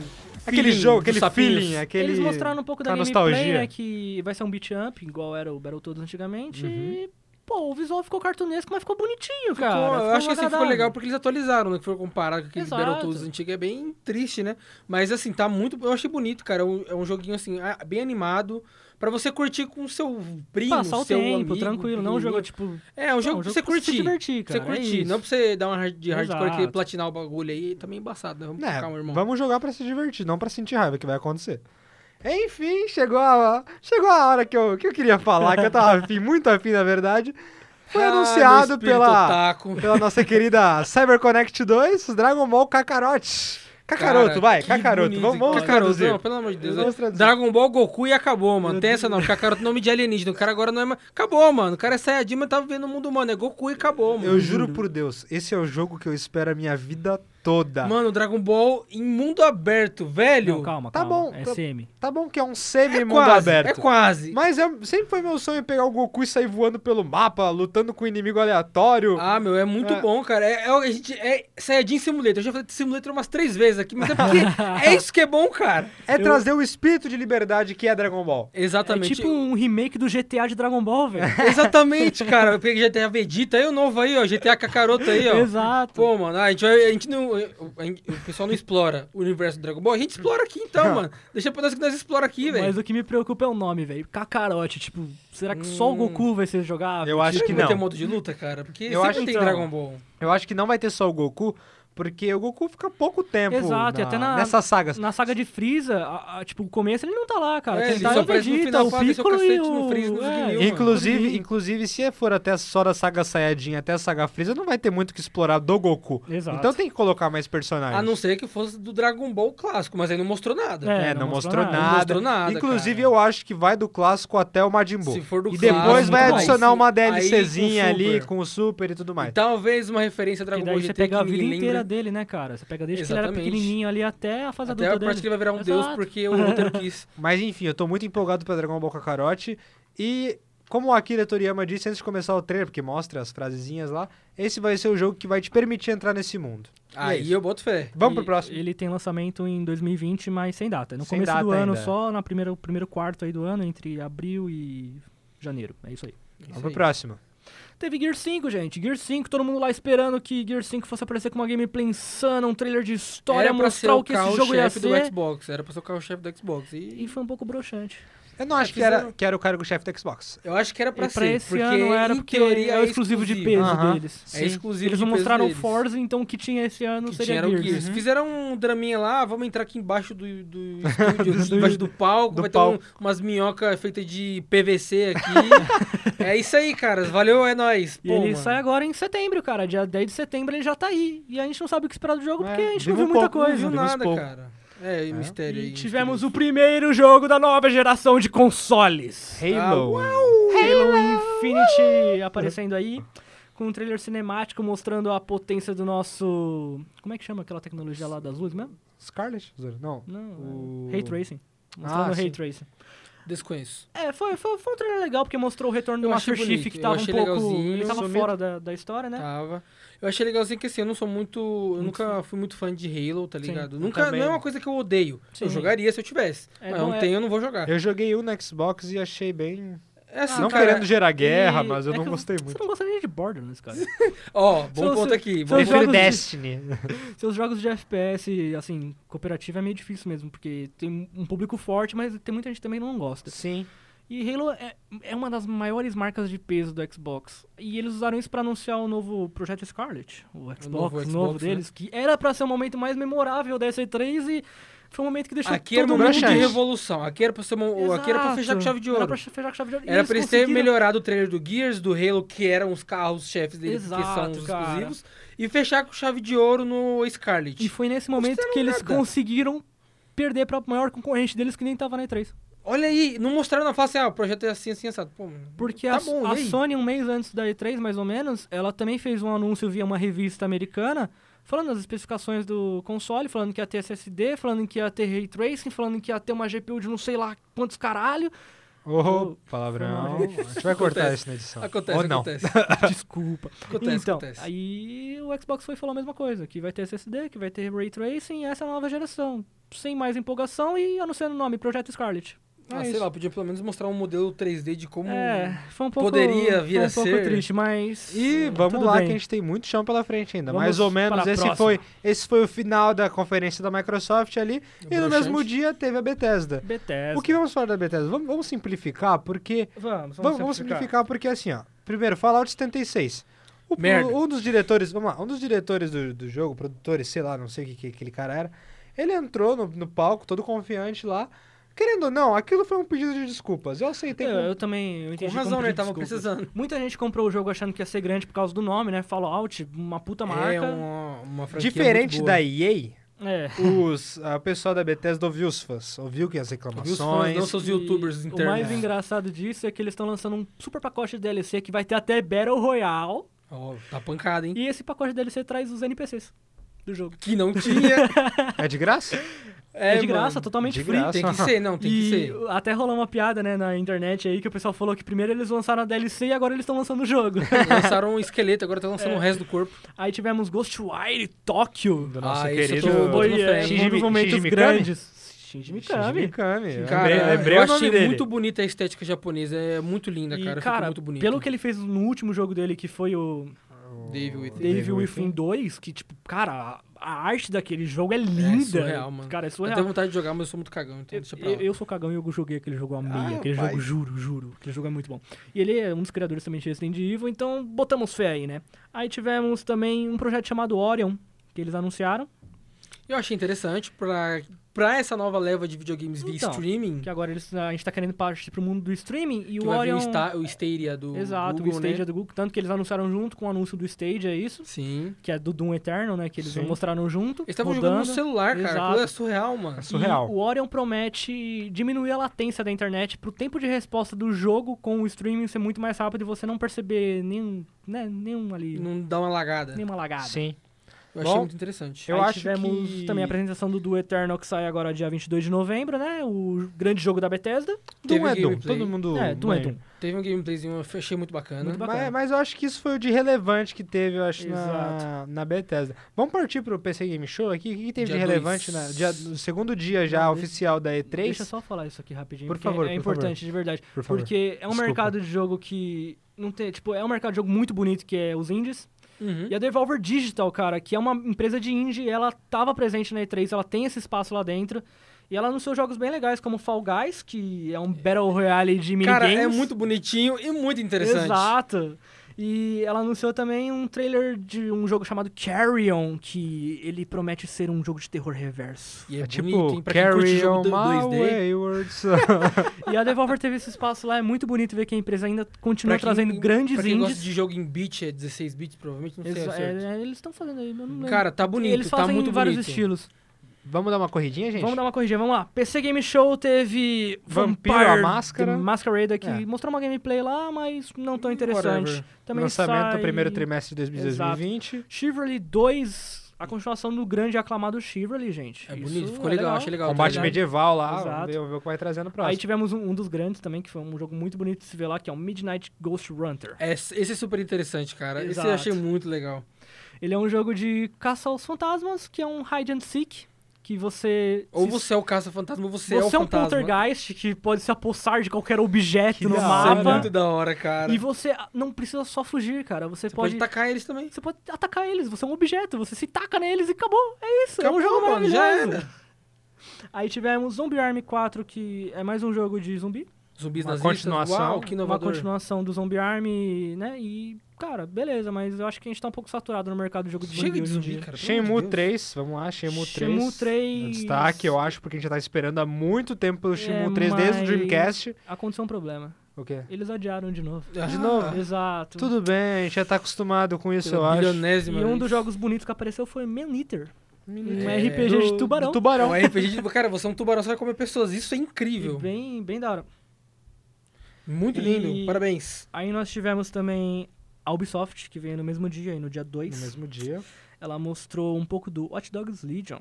[SPEAKER 2] Aquele
[SPEAKER 3] Feeling
[SPEAKER 2] jogo,
[SPEAKER 3] dos
[SPEAKER 2] aquele
[SPEAKER 3] sapinhos.
[SPEAKER 2] feeling, aquele...
[SPEAKER 4] Eles mostraram um pouco da
[SPEAKER 2] aquela
[SPEAKER 4] gameplay,
[SPEAKER 2] nostalgia.
[SPEAKER 4] né? Que vai ser um beat up, igual era o Battletoads
[SPEAKER 3] Uhum.
[SPEAKER 4] antigamente. E, pô, o visual ficou cartunesco, mas ficou bonitinho, cara.
[SPEAKER 3] Pô, eu
[SPEAKER 4] Ficou
[SPEAKER 3] acho que assim ficou
[SPEAKER 4] agradável.
[SPEAKER 3] legal porque eles atualizaram, né? Que for comparado com aquele
[SPEAKER 4] Exato.
[SPEAKER 3] Battletoads antigo, é bem triste, né? Mas assim, tá muito. Eu achei bonito, cara. É um, é um joguinho assim, a- bem animado. Pra você curtir com seu primo,
[SPEAKER 4] Passar o
[SPEAKER 3] seu
[SPEAKER 4] tempo,
[SPEAKER 3] amigo,
[SPEAKER 4] tranquilo, não um jogo
[SPEAKER 3] pequenininho.
[SPEAKER 4] tipo.
[SPEAKER 3] É, um
[SPEAKER 4] não,
[SPEAKER 3] jogo
[SPEAKER 4] um jogo
[SPEAKER 3] pra você
[SPEAKER 4] pra você se
[SPEAKER 3] curtir.
[SPEAKER 4] divertir,
[SPEAKER 3] pra você
[SPEAKER 4] cara, é
[SPEAKER 3] curtir,
[SPEAKER 4] isso.
[SPEAKER 3] não pra você dar uma hard- de hardcore que
[SPEAKER 4] Exato.
[SPEAKER 3] platinar o bagulho aí, também embaçado, né? Vamos
[SPEAKER 2] É,
[SPEAKER 3] calma, irmão.
[SPEAKER 2] Vamos jogar pra se divertir, não pra sentir raiva que vai acontecer. Enfim, chegou a, chegou a hora que eu, que eu queria falar, que eu tava afim, muito afim, na verdade. Foi
[SPEAKER 3] Ah, meu
[SPEAKER 2] anunciado
[SPEAKER 3] espírito tá-
[SPEAKER 2] pela,
[SPEAKER 3] otaku.
[SPEAKER 2] pela nossa querida CyberConnect 2, Dragon Ball Kakarot. Cacaroto,
[SPEAKER 3] Cara,
[SPEAKER 2] vai,
[SPEAKER 3] que
[SPEAKER 2] Cacaroto.
[SPEAKER 3] bonito,
[SPEAKER 2] Vamos, vamos
[SPEAKER 3] Kakaroto,
[SPEAKER 2] traduzir.
[SPEAKER 3] não, pelo amor de Deus.
[SPEAKER 2] Vamos
[SPEAKER 3] né?
[SPEAKER 2] traduzir.
[SPEAKER 3] Dragon Ball Goku e acabou, mano. Tem essa não. Kakaroto é nome de alienígena. O cara agora não é mais. Acabou, mano. O cara é Saiyajin, mas tá vivendo o mundo humano. É Goku e acabou, mano.
[SPEAKER 2] Eu juro por Deus, esse é o jogo que eu espero a minha vida toda.
[SPEAKER 3] Mano, Dragon Ball em mundo aberto, velho.
[SPEAKER 4] Não, calma, calma.
[SPEAKER 2] Tá bom,
[SPEAKER 4] É
[SPEAKER 2] tá-
[SPEAKER 4] CM.
[SPEAKER 2] Tá bom que é um
[SPEAKER 3] É
[SPEAKER 2] semi-mundo
[SPEAKER 3] quase,
[SPEAKER 2] aberto.
[SPEAKER 3] é quase.
[SPEAKER 2] Mas é- sempre foi meu sonho pegar o Goku e sair voando pelo mapa, lutando com um inimigo aleatório.
[SPEAKER 3] Ah, meu, é muito
[SPEAKER 2] É.
[SPEAKER 3] bom, cara. É, é, a gente, é Saiyajin Simulator. Eu já falei de Simulator umas três vezes aqui, mas é porque é isso que é bom, cara.
[SPEAKER 2] É trazer o espírito de liberdade que é Dragon Ball.
[SPEAKER 4] É
[SPEAKER 3] Exatamente.
[SPEAKER 4] tipo um remake do GTA de Dragon Ball, velho.
[SPEAKER 3] Exatamente, cara. Eu peguei GTA Vegeta aí, o novo aí, ó. GTA Kakaroto aí, ó.
[SPEAKER 4] Exato.
[SPEAKER 3] Pô, mano, a gente, vai- a gente não. a gente- o pessoal não explora o universo do Dragon Ball. A gente explora aqui então, mano. Deixa pra nós que nós explora aqui,
[SPEAKER 4] Mas
[SPEAKER 3] velho.
[SPEAKER 4] o que me preocupa é o nome, velho. Kakarote, tipo, será que só
[SPEAKER 3] Hum.
[SPEAKER 4] o Goku vai ser jogável?
[SPEAKER 2] Eu acho
[SPEAKER 3] Será
[SPEAKER 2] que
[SPEAKER 3] vai
[SPEAKER 2] não.
[SPEAKER 3] ter modo de luta, cara? Porque
[SPEAKER 2] Eu
[SPEAKER 3] sempre
[SPEAKER 2] acho que
[SPEAKER 3] tem
[SPEAKER 2] não.
[SPEAKER 3] Dragon Ball.
[SPEAKER 2] Eu acho que não vai ter só o Goku, porque o Goku fica pouco tempo
[SPEAKER 4] Exato, e
[SPEAKER 2] na-
[SPEAKER 4] até na-
[SPEAKER 2] nessas sagas.
[SPEAKER 4] Na saga de Freeza, a- a- tipo, o começo ele não tá lá, cara.
[SPEAKER 3] É,
[SPEAKER 4] Quem
[SPEAKER 3] ele
[SPEAKER 4] tá
[SPEAKER 3] só
[SPEAKER 4] é o
[SPEAKER 3] aparece no
[SPEAKER 4] Vegeta,
[SPEAKER 3] final
[SPEAKER 4] o
[SPEAKER 3] pra dar seu
[SPEAKER 4] Piccolo e
[SPEAKER 3] cacete
[SPEAKER 4] o...
[SPEAKER 3] no Freeza e nos
[SPEAKER 4] é,
[SPEAKER 3] Guinil, mano.
[SPEAKER 2] Inclusive, inclusive, se for até só da saga Saiyajin até a saga Freeza, não vai ter muito o que explorar do Goku.
[SPEAKER 4] Exato.
[SPEAKER 2] Então tem que colocar mais personagens.
[SPEAKER 3] A não ser que fosse do Dragon Ball clássico, mas aí não mostrou nada.
[SPEAKER 4] É,
[SPEAKER 2] É, não, mostrou, nada.
[SPEAKER 3] Não mostrou nada,
[SPEAKER 2] Inclusive,
[SPEAKER 3] cara.
[SPEAKER 2] eu acho que vai do clássico até o Majin Buu.
[SPEAKER 3] Se for do
[SPEAKER 2] e
[SPEAKER 3] clássico,
[SPEAKER 2] depois vai
[SPEAKER 4] muito
[SPEAKER 2] adicionar
[SPEAKER 3] bom.
[SPEAKER 2] uma
[SPEAKER 3] Aí com
[SPEAKER 2] DLCzinha ali
[SPEAKER 3] Super. Então-
[SPEAKER 2] com o Super e tudo mais.
[SPEAKER 3] E talvez uma referência a
[SPEAKER 4] Que
[SPEAKER 3] Dragon
[SPEAKER 4] daí
[SPEAKER 3] Ball
[SPEAKER 4] você
[SPEAKER 3] GT
[SPEAKER 4] pega a
[SPEAKER 3] que
[SPEAKER 4] vida
[SPEAKER 3] me lembra.
[SPEAKER 4] inteira dele, né, cara? Você pega desde que ele
[SPEAKER 3] Exatamente.
[SPEAKER 4] era pequenininho ali até a fase
[SPEAKER 3] Até
[SPEAKER 4] adulta
[SPEAKER 3] a parte que
[SPEAKER 4] dele.
[SPEAKER 3] ele vai virar um deus
[SPEAKER 4] Exato.
[SPEAKER 3] porque o roteiro quis.
[SPEAKER 2] Mas enfim, eu tô muito empolgado pra Dragon Ball Kakarote. E como o Akira Toriyama disse antes de começar o trailer, porque mostra as frasezinhas lá, esse vai ser o jogo que vai te permitir entrar nesse mundo. E é
[SPEAKER 3] Aí
[SPEAKER 2] isso.
[SPEAKER 3] eu boto fé.
[SPEAKER 2] Vamos
[SPEAKER 4] E
[SPEAKER 2] pro próximo.
[SPEAKER 4] Ele tem lançamento em 2020, mas sem data. No
[SPEAKER 2] Sem
[SPEAKER 4] começo do
[SPEAKER 2] data
[SPEAKER 4] ano
[SPEAKER 2] ainda.
[SPEAKER 4] só, no primeiro, primeiro quarto aí do ano, entre abril e janeiro. É isso aí.
[SPEAKER 2] Vamos pro próximo.
[SPEAKER 4] Teve Gear 5, gente. Gear 5, todo mundo lá esperando que Gear 5 fosse aparecer com uma gameplay insana, um trailer de história,
[SPEAKER 3] Era pra ser
[SPEAKER 4] mostrar
[SPEAKER 3] o
[SPEAKER 4] o que esse jogo ia
[SPEAKER 3] carro-chefe do
[SPEAKER 4] ser.
[SPEAKER 3] Xbox. Era pra ser o carro-chefe do Xbox.
[SPEAKER 4] E
[SPEAKER 3] E
[SPEAKER 4] foi um pouco broxante.
[SPEAKER 2] Eu não acho que
[SPEAKER 3] fizeram-
[SPEAKER 2] era, que era o cargo-chefe do Xbox.
[SPEAKER 3] eu acho que era pra
[SPEAKER 4] E
[SPEAKER 3] ser.
[SPEAKER 4] pra esse
[SPEAKER 3] porque
[SPEAKER 4] ano era
[SPEAKER 3] em
[SPEAKER 4] porque
[SPEAKER 3] teoria
[SPEAKER 4] é o exclusivo, de peso
[SPEAKER 2] Aham.
[SPEAKER 4] deles.
[SPEAKER 3] É exclusivo
[SPEAKER 4] Eles
[SPEAKER 3] de
[SPEAKER 4] não
[SPEAKER 3] peso
[SPEAKER 4] mostraram
[SPEAKER 3] deles.
[SPEAKER 4] Forza, então o que tinha esse ano
[SPEAKER 3] Que
[SPEAKER 4] seria
[SPEAKER 3] tinha era o
[SPEAKER 4] Gears.
[SPEAKER 3] Gears. Fizeram um draminha lá, ah, vamos entrar aqui embaixo do, do estúdio, embaixo do palco,
[SPEAKER 2] do
[SPEAKER 3] vai
[SPEAKER 2] palco.
[SPEAKER 3] ter um- umas minhocas feitas de PVC aqui. é isso aí, caras. Valeu, é nóis.
[SPEAKER 4] E
[SPEAKER 3] Pô,
[SPEAKER 4] ele
[SPEAKER 3] mano.
[SPEAKER 4] sai agora em setembro, cara. Dia 10 de setembro ele já tá aí. E a gente não sabe o que esperar do jogo
[SPEAKER 2] É,
[SPEAKER 4] porque a gente não
[SPEAKER 2] viu
[SPEAKER 4] viu
[SPEAKER 2] um
[SPEAKER 4] muita
[SPEAKER 2] pouco, não
[SPEAKER 3] Não
[SPEAKER 2] Viu
[SPEAKER 4] coisa.
[SPEAKER 3] né, viu
[SPEAKER 2] uns
[SPEAKER 3] nada,
[SPEAKER 2] pouco.
[SPEAKER 3] cara. É, mistério aí.
[SPEAKER 4] E tivemos o primeiro jogo da nova geração de consoles.
[SPEAKER 2] Halo.
[SPEAKER 4] Halo Infinity aparecendo aí. Com um trailer cinemático mostrando a potência do nosso. Como é que chama aquela tecnologia lá das luzes mesmo?
[SPEAKER 2] Scarlet? Não.
[SPEAKER 4] Não.
[SPEAKER 2] O-
[SPEAKER 4] é Ray Tracing.
[SPEAKER 2] Ah,
[SPEAKER 4] Mostrando
[SPEAKER 2] sim.
[SPEAKER 4] Ray Tracing.
[SPEAKER 3] Desconheço.
[SPEAKER 4] É, foi, foi, foi um trailer legal porque mostrou o retorno
[SPEAKER 3] Eu
[SPEAKER 4] do Master
[SPEAKER 3] achei
[SPEAKER 4] Chief
[SPEAKER 3] bonito,
[SPEAKER 4] que
[SPEAKER 3] eu
[SPEAKER 4] tava um
[SPEAKER 3] achei
[SPEAKER 4] pouco.
[SPEAKER 3] legalzinho,
[SPEAKER 4] Ele tava
[SPEAKER 2] sumido.
[SPEAKER 4] fora da, da história, né?
[SPEAKER 3] Tava. Eu achei legalzinho que assim, eu não sou muito. Eu nunca fui muito fã de Halo, tá
[SPEAKER 4] Sim,
[SPEAKER 3] ligado?
[SPEAKER 4] eu
[SPEAKER 3] Nunca,
[SPEAKER 2] também.
[SPEAKER 3] não é uma coisa que eu odeio. Eu
[SPEAKER 4] Sim.
[SPEAKER 3] jogaria se eu tivesse.
[SPEAKER 4] É,
[SPEAKER 3] mas
[SPEAKER 4] não
[SPEAKER 3] não
[SPEAKER 4] é-
[SPEAKER 3] tenho, eu não vou jogar.
[SPEAKER 2] Eu joguei um no Xbox e achei bem.
[SPEAKER 3] É assim,
[SPEAKER 2] não
[SPEAKER 3] cara,
[SPEAKER 2] querendo gerar guerra,
[SPEAKER 4] E
[SPEAKER 2] mas eu
[SPEAKER 4] é
[SPEAKER 2] não
[SPEAKER 4] que
[SPEAKER 2] gostei
[SPEAKER 4] Você
[SPEAKER 2] muito.
[SPEAKER 4] não gosta nem de Borderlands, cara.
[SPEAKER 3] Ó, bom
[SPEAKER 4] São-
[SPEAKER 3] ponto
[SPEAKER 4] são-
[SPEAKER 3] aqui.
[SPEAKER 4] são
[SPEAKER 3] Vamos
[SPEAKER 4] jogos-
[SPEAKER 2] Prefiro
[SPEAKER 4] de-
[SPEAKER 2] Destiny.
[SPEAKER 4] Seus jogos de FPS, assim, cooperativo é meio difícil mesmo, porque tem um público forte, mas tem muita gente também que não gosta.
[SPEAKER 2] Sim.
[SPEAKER 4] E Halo é, é uma das maiores marcas de peso do Xbox. E eles usaram isso pra anunciar o novo Projeto Scarlet, o Xbox novo,
[SPEAKER 3] novo Xbox, né?
[SPEAKER 4] deles, que era pra ser o momento mais memorável da E3 e foi um momento que deixou
[SPEAKER 3] Aqui era
[SPEAKER 4] todo
[SPEAKER 3] um
[SPEAKER 4] mundo...
[SPEAKER 3] momento de
[SPEAKER 2] broxante.
[SPEAKER 3] revolução. Aqui era pra, ser uma- aqui era pra fechar com chave de ouro.
[SPEAKER 4] Era pra fechar com chave de ouro. E
[SPEAKER 3] Era
[SPEAKER 4] eles
[SPEAKER 3] pra eles terem
[SPEAKER 4] conseguiram-
[SPEAKER 3] melhorado o trailer do Gears, do Halo, que eram os carros chefes deles, que são
[SPEAKER 4] Exato,
[SPEAKER 3] os
[SPEAKER 4] cara.
[SPEAKER 3] exclusivos, e fechar com chave de ouro no Scarlet.
[SPEAKER 4] E foi nesse momento que eles
[SPEAKER 3] nada.
[SPEAKER 4] conseguiram perder pra maior concorrente deles que nem tava na E3.
[SPEAKER 3] Olha aí, não mostraram na face, ah, o projeto é assim, assim, assado. Pô,
[SPEAKER 4] Porque
[SPEAKER 3] tá
[SPEAKER 4] a,
[SPEAKER 3] bom, e
[SPEAKER 4] a
[SPEAKER 3] aí?
[SPEAKER 4] Sony, um mês antes da E3, mais ou menos, ela também fez um anúncio via uma revista americana, falando as especificações do console, falando que ia ter SSD, falando que ia ter Ray Tracing, falando que ia ter uma GPU de não sei lá quantos caralho.
[SPEAKER 2] Oh, palavrão. A gente vai cortar
[SPEAKER 3] Acontece.
[SPEAKER 2] isso na edição.
[SPEAKER 3] Acontece,
[SPEAKER 2] Ou não.
[SPEAKER 3] acontece.
[SPEAKER 4] Desculpa.
[SPEAKER 3] Acontece,
[SPEAKER 4] Tá então,
[SPEAKER 3] acontece.
[SPEAKER 4] aí o Xbox foi falou a mesma coisa, que vai ter SSD, que vai ter Ray Tracing, e essa é a nova geração. Sem mais empolgação e anunciando o nome, Projeto Scarlet.
[SPEAKER 3] Ah,
[SPEAKER 4] é
[SPEAKER 3] sei
[SPEAKER 4] isso.
[SPEAKER 3] lá, podia pelo menos mostrar um modelo 3D de como...
[SPEAKER 4] É, foi um pouco,
[SPEAKER 3] Poderia vir
[SPEAKER 4] foi um
[SPEAKER 3] a
[SPEAKER 4] pouco
[SPEAKER 3] ser.
[SPEAKER 4] triste, mas...
[SPEAKER 2] E vamos
[SPEAKER 4] tudo
[SPEAKER 2] lá,
[SPEAKER 4] bem.
[SPEAKER 2] que a gente tem muito chão pela frente ainda.
[SPEAKER 4] Vamos
[SPEAKER 2] Mais ou menos
[SPEAKER 4] para a
[SPEAKER 2] esse
[SPEAKER 4] próxima.
[SPEAKER 2] foi, esse foi o final da conferência da Microsoft ali. E no
[SPEAKER 3] Broxante.
[SPEAKER 2] mesmo dia teve a Bethesda.
[SPEAKER 4] Bethesda.
[SPEAKER 2] O que vamos falar da Bethesda? Vamos, vamos simplificar, porque.
[SPEAKER 4] Vamos,
[SPEAKER 2] Vamos, vamos simplificar, porque assim, ó. Primeiro, Fallout 76. O,
[SPEAKER 3] Merda.
[SPEAKER 2] o- um dos diretores, vamos lá, um dos diretores do, do jogo, produtores, sei lá, não sei o que, que aquele cara era. Ele entrou no, no palco, todo confiante lá. Querendo ou não, aquilo foi um pedido de desculpas. Eu aceitei.
[SPEAKER 3] É,
[SPEAKER 4] Eu,
[SPEAKER 2] com-
[SPEAKER 4] eu também eu entendi.
[SPEAKER 3] razão,
[SPEAKER 4] como
[SPEAKER 3] né?
[SPEAKER 4] pedido
[SPEAKER 3] Tava
[SPEAKER 4] de desculpas.
[SPEAKER 3] precisando.
[SPEAKER 4] Muita gente comprou o jogo achando que ia ser grande por causa do nome, né? Fallout, uma puta marca.
[SPEAKER 3] É um- uma, uma franquia
[SPEAKER 2] Diferente
[SPEAKER 3] muito boa.
[SPEAKER 2] da EA,
[SPEAKER 4] É.
[SPEAKER 2] os, a pessoa da Bethesda ouviu os fãs, ouviu que as
[SPEAKER 3] Viu os fãs, não
[SPEAKER 2] reclamações.
[SPEAKER 3] são os youtubers
[SPEAKER 4] E
[SPEAKER 3] internos.
[SPEAKER 4] O mais engraçado disso é que eles estão lançando um super pacote de DLC que vai ter até Battle Royale.
[SPEAKER 3] Ó, tá pancada, hein?
[SPEAKER 4] E esse pacote de DLC traz os NPCs do jogo.
[SPEAKER 3] Que não tinha.
[SPEAKER 2] É de graça?
[SPEAKER 4] É,
[SPEAKER 3] É,
[SPEAKER 4] de graça,
[SPEAKER 3] mano.
[SPEAKER 4] totalmente
[SPEAKER 2] de
[SPEAKER 4] free.
[SPEAKER 2] graça.
[SPEAKER 3] Tem que ser, não, tem que
[SPEAKER 4] E
[SPEAKER 3] ser.
[SPEAKER 4] até rolou uma piada, né, na internet aí, que o pessoal falou que primeiro eles lançaram a DLC e agora eles estão lançando o jogo.
[SPEAKER 3] Lançaram um esqueleto, agora tá lançando o
[SPEAKER 4] É.
[SPEAKER 3] resto do corpo.
[SPEAKER 4] aí tivemos Ghostwire Tóquio.
[SPEAKER 2] Do nosso
[SPEAKER 3] Ah, isso eu
[SPEAKER 2] querido.
[SPEAKER 3] tô-
[SPEAKER 4] Foi
[SPEAKER 3] Botando
[SPEAKER 4] é,
[SPEAKER 3] fé,
[SPEAKER 4] um
[SPEAKER 2] hein?
[SPEAKER 4] dos momentos
[SPEAKER 2] Shinji Mikami?
[SPEAKER 4] grandes. Shinji
[SPEAKER 2] Shinji
[SPEAKER 4] Mikami.
[SPEAKER 2] Mikami. Eu
[SPEAKER 3] Cara,
[SPEAKER 2] lembrei, lembrei
[SPEAKER 3] eu
[SPEAKER 2] é o nome
[SPEAKER 3] achei
[SPEAKER 2] dele.
[SPEAKER 3] muito bonita a estética japonesa. É muito linda, cara.
[SPEAKER 4] E,
[SPEAKER 3] Ficou
[SPEAKER 4] cara,
[SPEAKER 3] muito bonito.
[SPEAKER 4] pelo que é ele fez no último jogo dele, que foi o
[SPEAKER 3] Dave with
[SPEAKER 4] Devil
[SPEAKER 2] Devil
[SPEAKER 4] Within
[SPEAKER 2] Within.
[SPEAKER 4] 2, que, tipo, cara, a, a arte daquele jogo é linda.
[SPEAKER 3] surreal, mano.
[SPEAKER 4] Cara, é
[SPEAKER 3] Eu
[SPEAKER 4] surreal.
[SPEAKER 3] tenho vontade de jogar, mas eu sou muito cagão, então
[SPEAKER 4] Eu,
[SPEAKER 3] deixa pra lá.
[SPEAKER 4] eu- eu sou cagão e eu joguei aquele jogo a meia.
[SPEAKER 2] Ah,
[SPEAKER 4] aquele
[SPEAKER 2] pai.
[SPEAKER 4] jogo, juro, juro. Aquele jogo é muito bom. E ele é um dos criadores também de Resident Evil, então botamos fé aí, né? Aí tivemos também um projeto chamado Orion, que eles anunciaram,
[SPEAKER 3] Eu achei interessante pra, pra essa nova leva de videogames via
[SPEAKER 4] Então,
[SPEAKER 3] streaming.
[SPEAKER 4] que agora eles, a gente tá querendo partir pro mundo do streaming. E
[SPEAKER 3] que
[SPEAKER 4] o
[SPEAKER 3] vai vir
[SPEAKER 4] Orion.
[SPEAKER 3] o, Sta- o Stadia do
[SPEAKER 4] Exato,
[SPEAKER 3] Google,
[SPEAKER 4] o Stadia
[SPEAKER 3] né?
[SPEAKER 4] do Google. Tanto que eles anunciaram junto com o anúncio do Stadia, é isso?
[SPEAKER 3] Sim.
[SPEAKER 4] Que é do Doom Eternal, né? Que eles
[SPEAKER 2] Sim.
[SPEAKER 4] mostraram junto.
[SPEAKER 3] Eles estavam
[SPEAKER 4] rodando.
[SPEAKER 3] jogando no celular, cara.
[SPEAKER 4] Exato.
[SPEAKER 3] Aquilo é surreal, mano.
[SPEAKER 2] Isso. Surreal.
[SPEAKER 4] E o Orion promete diminuir a latência da internet pro tempo de resposta do jogo com o streaming ser muito mais rápido e você não perceber nenhum, né, nenhum ali,
[SPEAKER 3] Não dá uma lagada.
[SPEAKER 4] nenhuma lagada.
[SPEAKER 2] Sim.
[SPEAKER 3] Eu achei
[SPEAKER 2] Bom,
[SPEAKER 3] muito interessante.
[SPEAKER 2] eu
[SPEAKER 4] Aí
[SPEAKER 2] acho
[SPEAKER 4] tivemos
[SPEAKER 2] que-
[SPEAKER 4] também a apresentação do Doom Eternal que sai agora dia 22 de novembro, né? O grande jogo da Bethesda.
[SPEAKER 2] Doom
[SPEAKER 3] Teve
[SPEAKER 2] é Doom.
[SPEAKER 3] gameplay.
[SPEAKER 2] Todo mundo.
[SPEAKER 4] é, Doom é
[SPEAKER 2] manja.
[SPEAKER 4] Doom.
[SPEAKER 3] Teve um gameplayzinho, eu achei muito bacana.
[SPEAKER 4] Muito bacana.
[SPEAKER 2] Mas, mas eu acho que isso foi o de relevante que teve, eu acho, na,
[SPEAKER 4] Exato.
[SPEAKER 2] na Bethesda. Vamos partir pro PC Game Show aqui? O que, que teve
[SPEAKER 3] Dia
[SPEAKER 2] de
[SPEAKER 3] dois.
[SPEAKER 2] relevante na, dia- no segundo dia já
[SPEAKER 4] Não, deixa-
[SPEAKER 2] oficial da E3?
[SPEAKER 4] Deixa eu só falar isso aqui rapidinho,
[SPEAKER 2] Por
[SPEAKER 4] porque
[SPEAKER 2] favor,
[SPEAKER 4] é
[SPEAKER 2] por
[SPEAKER 4] importante, de verdade.
[SPEAKER 2] Por favor.
[SPEAKER 4] Porque é um
[SPEAKER 2] Desculpa.
[SPEAKER 4] mercado de jogo que não tem, tipo, é um mercado de jogo muito bonito que é os indies.
[SPEAKER 3] Uhum.
[SPEAKER 4] E a Devolver Digital, cara, que é uma empresa de indie, ela tava presente na E3, ela tem esse espaço lá dentro. E ela anunciou jogos bem legais, como Fall Guys, que é um Battle Royale de minigames.
[SPEAKER 3] Cara, é muito bonitinho e muito interessante.
[SPEAKER 4] Exato. E ela anunciou também um trailer de um jogo chamado Carrion, que ele promete ser um jogo de terror reverso.
[SPEAKER 3] E é,
[SPEAKER 2] É
[SPEAKER 3] bonito,
[SPEAKER 2] tipo,
[SPEAKER 3] hein? Pra quem curte
[SPEAKER 2] Carry
[SPEAKER 3] jogo
[SPEAKER 2] On
[SPEAKER 3] do-
[SPEAKER 2] My
[SPEAKER 3] 2D.
[SPEAKER 2] Wayward
[SPEAKER 4] e a Devolver teve esse espaço lá, é muito bonito ver que a empresa ainda continua
[SPEAKER 3] Pra quem-
[SPEAKER 4] trazendo grandes
[SPEAKER 3] Pra quem gosta
[SPEAKER 4] indies.
[SPEAKER 3] de jogo em bit, é 16 bits, provavelmente, não sei. ao
[SPEAKER 4] Exa-
[SPEAKER 3] certo.
[SPEAKER 4] é, é, eles estão fazendo aí, eu não lembro.
[SPEAKER 3] Cara, tá bonito,
[SPEAKER 4] eles
[SPEAKER 3] tá
[SPEAKER 4] fazem
[SPEAKER 3] muito
[SPEAKER 4] vários
[SPEAKER 3] bonito.
[SPEAKER 4] estilos.
[SPEAKER 2] Vamos dar uma corridinha, gente?
[SPEAKER 4] Vamos dar um uma corrigida, vamos lá. PC Game Show teve
[SPEAKER 2] Vampiro, a
[SPEAKER 4] Vampire
[SPEAKER 2] Máscara.
[SPEAKER 4] The Masquerade que
[SPEAKER 2] É.
[SPEAKER 4] mostrou uma gameplay lá, mas não tão interessante.
[SPEAKER 3] Whatever.
[SPEAKER 4] Também
[SPEAKER 2] Lançamento
[SPEAKER 4] sai...
[SPEAKER 2] primeiro trimestre de 2020.
[SPEAKER 4] Chivalry 2, a continuação do grande e aclamado Chivalry, gente.
[SPEAKER 3] É
[SPEAKER 4] Isso
[SPEAKER 3] bonito, ficou
[SPEAKER 4] é
[SPEAKER 3] legal, achei legal.
[SPEAKER 2] Combate
[SPEAKER 3] tá ligado?
[SPEAKER 2] medieval lá,
[SPEAKER 4] Exato.
[SPEAKER 2] vamos ver, vamos ver o que vai trazer no próximo.
[SPEAKER 4] Aí tivemos um, um dos grandes também, que foi um jogo muito bonito de se ver lá, que é o Midnight Ghost Runner.
[SPEAKER 3] É, Esse é super interessante, cara. Esse
[SPEAKER 4] Exato.
[SPEAKER 3] eu achei muito legal.
[SPEAKER 4] Ele é um jogo de caça aos fantasmas, que é um hide and seek. que você.
[SPEAKER 3] Ou
[SPEAKER 4] se-
[SPEAKER 3] você é o caça-fantasma, ou
[SPEAKER 4] você
[SPEAKER 3] você, é
[SPEAKER 4] é
[SPEAKER 3] o
[SPEAKER 4] um
[SPEAKER 3] fantasma.
[SPEAKER 4] poltergeist que pode se apossar de qualquer objeto
[SPEAKER 2] Que
[SPEAKER 4] no
[SPEAKER 2] da
[SPEAKER 3] Isso é
[SPEAKER 2] mapa.
[SPEAKER 3] muito da hora, cara.
[SPEAKER 4] E você ah, não precisa só fugir, cara. Você,
[SPEAKER 3] Você
[SPEAKER 4] pode.
[SPEAKER 3] pode tacar eles também.
[SPEAKER 4] Você pode atacar eles, você é um objeto, você se taca neles e acabou. É isso,
[SPEAKER 3] Acabou,
[SPEAKER 4] é um jogo
[SPEAKER 3] mano, já
[SPEAKER 4] maravilhoso.
[SPEAKER 3] era.
[SPEAKER 4] Aí tivemos Zombie Army 4, que é mais um jogo de zumbi.
[SPEAKER 3] Zumbis
[SPEAKER 2] Uma
[SPEAKER 3] nas
[SPEAKER 2] continuação.
[SPEAKER 3] Uau, que
[SPEAKER 4] uma
[SPEAKER 3] inovador.
[SPEAKER 4] continuação do Zombie Army, né? E, cara, beleza, mas eu acho que a gente tá um pouco saturado no mercado de jogo de zumbi.
[SPEAKER 3] Chega de
[SPEAKER 4] hoje em
[SPEAKER 3] zumbi,
[SPEAKER 4] dia.
[SPEAKER 3] cara. pelo amor
[SPEAKER 2] Shenmue
[SPEAKER 3] de Deus.
[SPEAKER 2] 3, vamos lá, Shenmue 3.
[SPEAKER 4] Shenmue
[SPEAKER 2] No
[SPEAKER 4] 3.
[SPEAKER 2] destaque, eu acho, porque a gente já tá esperando há muito tempo pelo Shenmue 3 desde o
[SPEAKER 4] mas-
[SPEAKER 2] Dreamcast.
[SPEAKER 4] Aconteceu um problema.
[SPEAKER 2] O quê?
[SPEAKER 4] Eles adiaram de novo.
[SPEAKER 2] De novo.
[SPEAKER 3] Ah,
[SPEAKER 4] Exato.
[SPEAKER 2] Tudo bem, a gente já tá acostumado com isso,
[SPEAKER 3] Pela
[SPEAKER 2] eu acho.
[SPEAKER 3] bilionésima
[SPEAKER 4] E um
[SPEAKER 3] vez.
[SPEAKER 4] dos jogos bonitos que apareceu foi Man Eater. Um
[SPEAKER 3] É,
[SPEAKER 4] RPG de
[SPEAKER 2] do-
[SPEAKER 4] tubarão.
[SPEAKER 2] do tubarão.
[SPEAKER 3] É um RPG de... Cara, você é um tubarão, você vai comer pessoas. Isso é incrível.
[SPEAKER 4] E Bem, bem da hora.
[SPEAKER 3] Muito
[SPEAKER 4] E-
[SPEAKER 3] lindo. Parabéns.
[SPEAKER 4] Aí nós tivemos também a Ubisoft, que veio no mesmo dia, aí no dia
[SPEAKER 2] No
[SPEAKER 4] 2.
[SPEAKER 2] mesmo dia.
[SPEAKER 4] Ela mostrou um pouco do Hot Dogs Legion.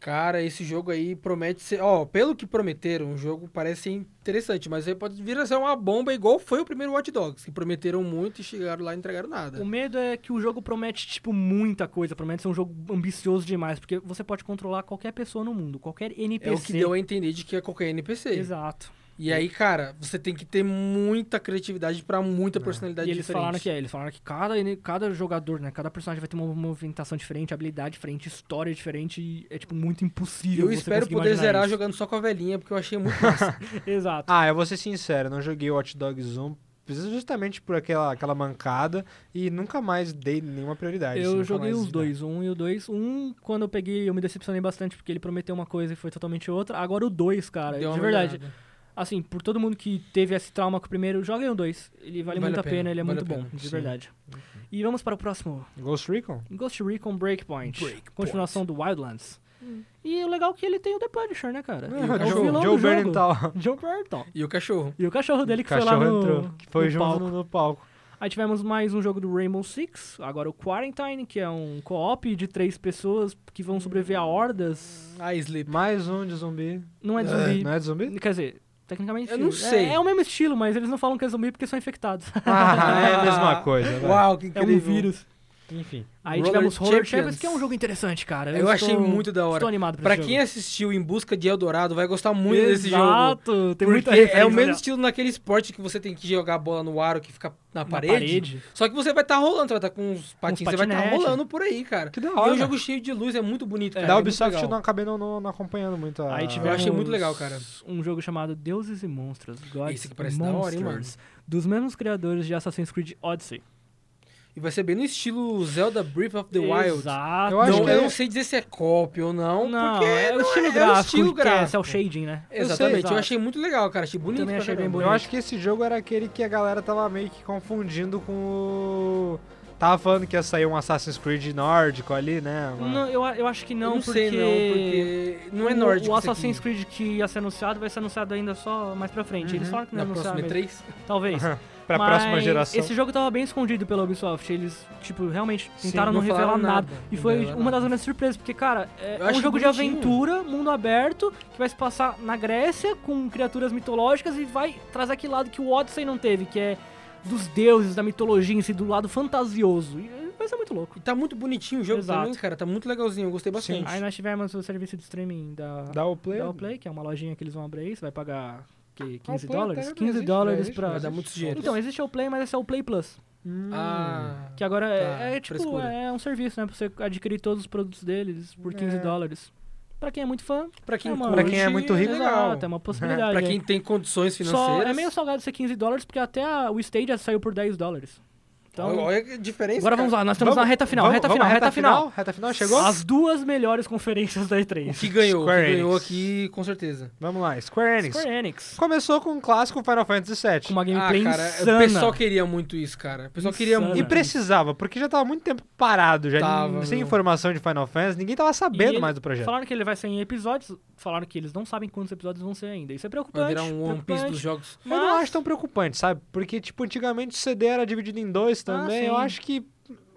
[SPEAKER 3] Cara, esse jogo aí promete ser... Ó, pelo que prometeram, o jogo parece interessante, mas aí pode vir a ser uma bomba igual foi o primeiro Watch Dogs, que prometeram muito e chegaram lá e não entregaram nada.
[SPEAKER 4] O medo é que o jogo promete, tipo, muita coisa. Promete ser um jogo ambicioso demais, porque você pode controlar qualquer pessoa no mundo, qualquer NPC.
[SPEAKER 3] É o que deu a entender de que é qualquer NPC.
[SPEAKER 4] Exato.
[SPEAKER 3] E aí, cara, você tem que ter muita criatividade pra muita personalidade
[SPEAKER 4] e eles
[SPEAKER 3] diferente.
[SPEAKER 4] falaram que é, eles falaram que cada, cada jogador, né, cada personagem vai ter uma movimentação diferente, habilidade diferente, história diferente, e é, tipo, muito impossível
[SPEAKER 3] Eu
[SPEAKER 4] você
[SPEAKER 3] espero
[SPEAKER 4] conseguir
[SPEAKER 3] poder
[SPEAKER 4] imaginar
[SPEAKER 3] zerar
[SPEAKER 4] isso.
[SPEAKER 3] jogando só com a velhinha, porque eu achei muito massa.
[SPEAKER 4] Exato.
[SPEAKER 2] Ah, eu vou ser sincero, não joguei Watch Dogs 1 justamente por aquela, aquela mancada e nunca mais dei nenhuma prioridade. assim,
[SPEAKER 4] Eu
[SPEAKER 2] nunca
[SPEAKER 4] joguei
[SPEAKER 2] mais-
[SPEAKER 4] os dois, um e o dois. Um, quando eu peguei, eu me decepcionei bastante, porque ele prometeu uma coisa e foi totalmente outra. Agora o dois, cara,
[SPEAKER 3] Deu uma
[SPEAKER 4] de verdade.
[SPEAKER 3] melhorada.
[SPEAKER 4] Assim, por todo mundo que teve esse trauma com o primeiro, joguem o dois. Ele vale,
[SPEAKER 3] Vale
[SPEAKER 4] muito
[SPEAKER 3] a
[SPEAKER 4] a pena,
[SPEAKER 3] pena,
[SPEAKER 4] ele é
[SPEAKER 3] vale
[SPEAKER 4] muito
[SPEAKER 3] a
[SPEAKER 4] bom,
[SPEAKER 3] pena,
[SPEAKER 4] de
[SPEAKER 3] sim.
[SPEAKER 4] verdade. E vamos para o próximo.
[SPEAKER 2] Ghost Recon?
[SPEAKER 4] Ghost Recon Breakpoint.
[SPEAKER 3] Breakpoint.
[SPEAKER 4] Continuação do Wildlands. E o legal é que ele tem o The Punisher, né, cara?
[SPEAKER 2] É,
[SPEAKER 4] E o
[SPEAKER 2] Joe,
[SPEAKER 4] vilão
[SPEAKER 2] Joe
[SPEAKER 4] do jogo.
[SPEAKER 2] Bernenthal.
[SPEAKER 4] Joe Burton.
[SPEAKER 3] E o cachorro.
[SPEAKER 4] E o cachorro dele que
[SPEAKER 2] cachorro
[SPEAKER 4] foi lá no,
[SPEAKER 2] entrou, que foi
[SPEAKER 4] no
[SPEAKER 2] junto
[SPEAKER 4] palco.
[SPEAKER 2] No, no palco.
[SPEAKER 4] Aí tivemos mais um jogo do Rainbow Six, agora o Quarantine, que é um co-op de três pessoas que vão sobreviver a hordas.
[SPEAKER 3] Ah, Sleep.
[SPEAKER 2] Mais um de zumbi.
[SPEAKER 4] Não é de zumbi.
[SPEAKER 2] Não é de zumbi?
[SPEAKER 4] Quer dizer, tecnicamente.
[SPEAKER 3] Eu não
[SPEAKER 4] é-
[SPEAKER 3] sei.
[SPEAKER 4] É, o mesmo estilo, mas eles não falam que é zumbi porque são infectados.
[SPEAKER 2] Ah, é a mesma coisa. vai.
[SPEAKER 3] Uau, que
[SPEAKER 4] é
[SPEAKER 3] incrível.
[SPEAKER 4] um vírus.
[SPEAKER 2] Enfim.
[SPEAKER 4] Aí
[SPEAKER 3] Roller
[SPEAKER 4] tivemos Roller
[SPEAKER 3] Champions.
[SPEAKER 4] Champions, que é um jogo interessante, cara.
[SPEAKER 3] Eu achei
[SPEAKER 4] estou-
[SPEAKER 3] muito da hora.
[SPEAKER 4] Estou animado pra,
[SPEAKER 3] Pra
[SPEAKER 4] esse
[SPEAKER 3] quem
[SPEAKER 4] jogo.
[SPEAKER 3] assistiu Em Busca de Eldorado, vai gostar muito desse jogo.
[SPEAKER 4] Exato, tem muita
[SPEAKER 3] Porque é o
[SPEAKER 4] referência,
[SPEAKER 3] mesmo
[SPEAKER 4] né?
[SPEAKER 3] estilo naquele esporte que você tem que jogar a bola no aro que fica
[SPEAKER 4] Na
[SPEAKER 3] na parede.
[SPEAKER 4] parede.
[SPEAKER 3] Só que você vai estar rolando, você vai estar com uns patins, você vai estar
[SPEAKER 4] patinete.
[SPEAKER 3] rolando por aí, cara.
[SPEAKER 2] Que da
[SPEAKER 3] E é
[SPEAKER 2] hora.
[SPEAKER 3] um jogo cheio de luz, é muito bonito, cara.
[SPEAKER 2] da
[SPEAKER 4] um
[SPEAKER 3] é muito
[SPEAKER 2] Ubisoft eu
[SPEAKER 3] legal.
[SPEAKER 2] não acabei não, não- não acompanhando muito a...
[SPEAKER 4] Aí
[SPEAKER 3] Eu
[SPEAKER 4] tivemos
[SPEAKER 3] achei muito legal, cara.
[SPEAKER 4] Um jogo chamado Deuses e Monstros. Gods
[SPEAKER 3] Esse que parece da
[SPEAKER 4] Monsters,
[SPEAKER 3] hora, hein,
[SPEAKER 4] Dos mesmos criadores de Assassin's Creed Odyssey.
[SPEAKER 3] E vai ser bem no estilo Zelda Breath of the Wild.
[SPEAKER 4] Exato.
[SPEAKER 2] Eu acho
[SPEAKER 3] não,
[SPEAKER 2] que
[SPEAKER 3] eu
[SPEAKER 2] é-
[SPEAKER 3] não sei dizer se é copy ou não,
[SPEAKER 4] Não,
[SPEAKER 3] porque
[SPEAKER 4] é o
[SPEAKER 3] não
[SPEAKER 4] estilo
[SPEAKER 3] é,
[SPEAKER 4] gráfico.
[SPEAKER 3] é o estilo
[SPEAKER 4] que é-
[SPEAKER 3] gráfico.
[SPEAKER 4] É, o shading, né?
[SPEAKER 2] sei,
[SPEAKER 3] Exatamente, eu,
[SPEAKER 4] exato.
[SPEAKER 3] achei muito legal, cara. Achei bonito.
[SPEAKER 4] Também
[SPEAKER 3] pra
[SPEAKER 4] achei bem
[SPEAKER 3] caramba.
[SPEAKER 2] Eu acho que esse jogo era aquele que a galera tava meio que confundindo com o... Tava falando que ia sair um Assassin's Creed nórdico ali, né? Uma-
[SPEAKER 4] Não, eu, a- eu acho que não,
[SPEAKER 3] eu não
[SPEAKER 4] porque...
[SPEAKER 3] sei não, porque não é
[SPEAKER 4] o-
[SPEAKER 3] nórdico.
[SPEAKER 4] O
[SPEAKER 3] isso aqui.
[SPEAKER 4] Assassin's Creed que ia ser anunciado vai ser anunciado ainda só mais pra frente. Eles
[SPEAKER 2] Uhum.
[SPEAKER 4] falaram que né, não
[SPEAKER 3] né? na
[SPEAKER 4] ia anunciar
[SPEAKER 3] próxima é
[SPEAKER 4] mesmo.
[SPEAKER 3] E3.
[SPEAKER 4] Talvez.
[SPEAKER 2] Pra
[SPEAKER 4] Mas
[SPEAKER 2] próxima geração.
[SPEAKER 4] Esse jogo tava bem escondido pela Ubisoft. Eles, tipo, realmente
[SPEAKER 2] Sim,
[SPEAKER 4] tentaram não,
[SPEAKER 3] não
[SPEAKER 4] revelar
[SPEAKER 3] falaram
[SPEAKER 4] nada.
[SPEAKER 3] nada,
[SPEAKER 4] E
[SPEAKER 3] não
[SPEAKER 4] foi
[SPEAKER 3] revelaram
[SPEAKER 4] uma das
[SPEAKER 3] nada.
[SPEAKER 4] grandes surpresas, porque, cara, é
[SPEAKER 3] Eu
[SPEAKER 4] é um
[SPEAKER 3] acho
[SPEAKER 4] jogo de
[SPEAKER 3] bonitinho.
[SPEAKER 4] aventura, mundo aberto, que vai se passar na Grécia com criaturas mitológicas e vai trazer aquele lado que o Odyssey não teve, que é dos deuses, da mitologia em si, do lado fantasioso. E é, vai ser muito louco.
[SPEAKER 3] E tá muito bonitinho o jogo
[SPEAKER 4] Exato.
[SPEAKER 3] também, cara. Tá muito legalzinho, eu gostei
[SPEAKER 2] Sim.
[SPEAKER 3] bastante.
[SPEAKER 4] Aí nós tivemos o serviço de streaming da,
[SPEAKER 2] Dá o play.
[SPEAKER 4] da Play, que é uma lojinha que eles vão abrir aí, você vai pagar que, 15
[SPEAKER 2] Play até
[SPEAKER 4] dólares?
[SPEAKER 2] não
[SPEAKER 4] 15
[SPEAKER 2] existe, não
[SPEAKER 4] dólares
[SPEAKER 2] existe,
[SPEAKER 4] pra...
[SPEAKER 3] Vai dar muito dinheiro.
[SPEAKER 4] Então, existe o Play, mas esse é o Play Plus.
[SPEAKER 2] Hum.
[SPEAKER 3] ah,
[SPEAKER 4] Que agora
[SPEAKER 3] Tá,
[SPEAKER 4] é, é, tipo,
[SPEAKER 3] frescura.
[SPEAKER 4] é um serviço, né? Pra você adquirir todos os produtos deles por 15
[SPEAKER 2] É.
[SPEAKER 4] dólares. Pra quem é muito fã,
[SPEAKER 3] pra quem,
[SPEAKER 4] é uma-
[SPEAKER 3] curte,
[SPEAKER 2] Pra quem é muito rico,
[SPEAKER 3] é legal.
[SPEAKER 4] exato, é uma possibilidade.
[SPEAKER 3] Pra
[SPEAKER 4] né?
[SPEAKER 3] quem tem condições
[SPEAKER 4] Só
[SPEAKER 3] financeiras.
[SPEAKER 4] é meio salgado ser 15 dólares, porque até a- o Stadia saiu por 10 dólares. Então,
[SPEAKER 3] Olha- Olha a diferença.
[SPEAKER 4] agora vamos
[SPEAKER 3] cara.
[SPEAKER 4] lá, nós estamos na reta final,
[SPEAKER 2] vamos-
[SPEAKER 4] reta
[SPEAKER 2] vamos
[SPEAKER 4] final,
[SPEAKER 2] à
[SPEAKER 4] reta, final.
[SPEAKER 2] Reta final, chegou?
[SPEAKER 4] As duas melhores conferências da
[SPEAKER 3] O
[SPEAKER 4] E3.
[SPEAKER 3] que ganhou? O que
[SPEAKER 2] Square Enix.
[SPEAKER 3] ganhou aqui, com certeza.
[SPEAKER 2] Vamos lá, Square Enix.
[SPEAKER 4] Square Enix.
[SPEAKER 2] Começou com um clássico Final Fantasy
[SPEAKER 4] Com
[SPEAKER 2] VII.
[SPEAKER 4] uma gameplay
[SPEAKER 3] ah, cara,
[SPEAKER 4] insana.
[SPEAKER 3] o pessoal queria muito isso, cara. O pessoal queria
[SPEAKER 4] Insana.
[SPEAKER 3] muito.
[SPEAKER 2] E precisava, porque já tava muito tempo parado, já
[SPEAKER 3] Tava,
[SPEAKER 2] n- sem
[SPEAKER 3] meu.
[SPEAKER 2] informação de Final Fantasy, ninguém tava
[SPEAKER 4] E
[SPEAKER 2] sabendo
[SPEAKER 4] ele-
[SPEAKER 2] mais do projeto.
[SPEAKER 4] Falaram que ele vai ser em episódios, falaram que eles não sabem quantos episódios vão ser ainda. Isso é preocupante.
[SPEAKER 3] Vai virar um One Piece
[SPEAKER 4] preocupante.
[SPEAKER 3] dos jogos.
[SPEAKER 2] Eu não
[SPEAKER 4] Mas-
[SPEAKER 2] acho tão preocupante, sabe? Porque, tipo, antigamente o CD era dividido em dois também. eu
[SPEAKER 4] Ah, sim.
[SPEAKER 2] acho que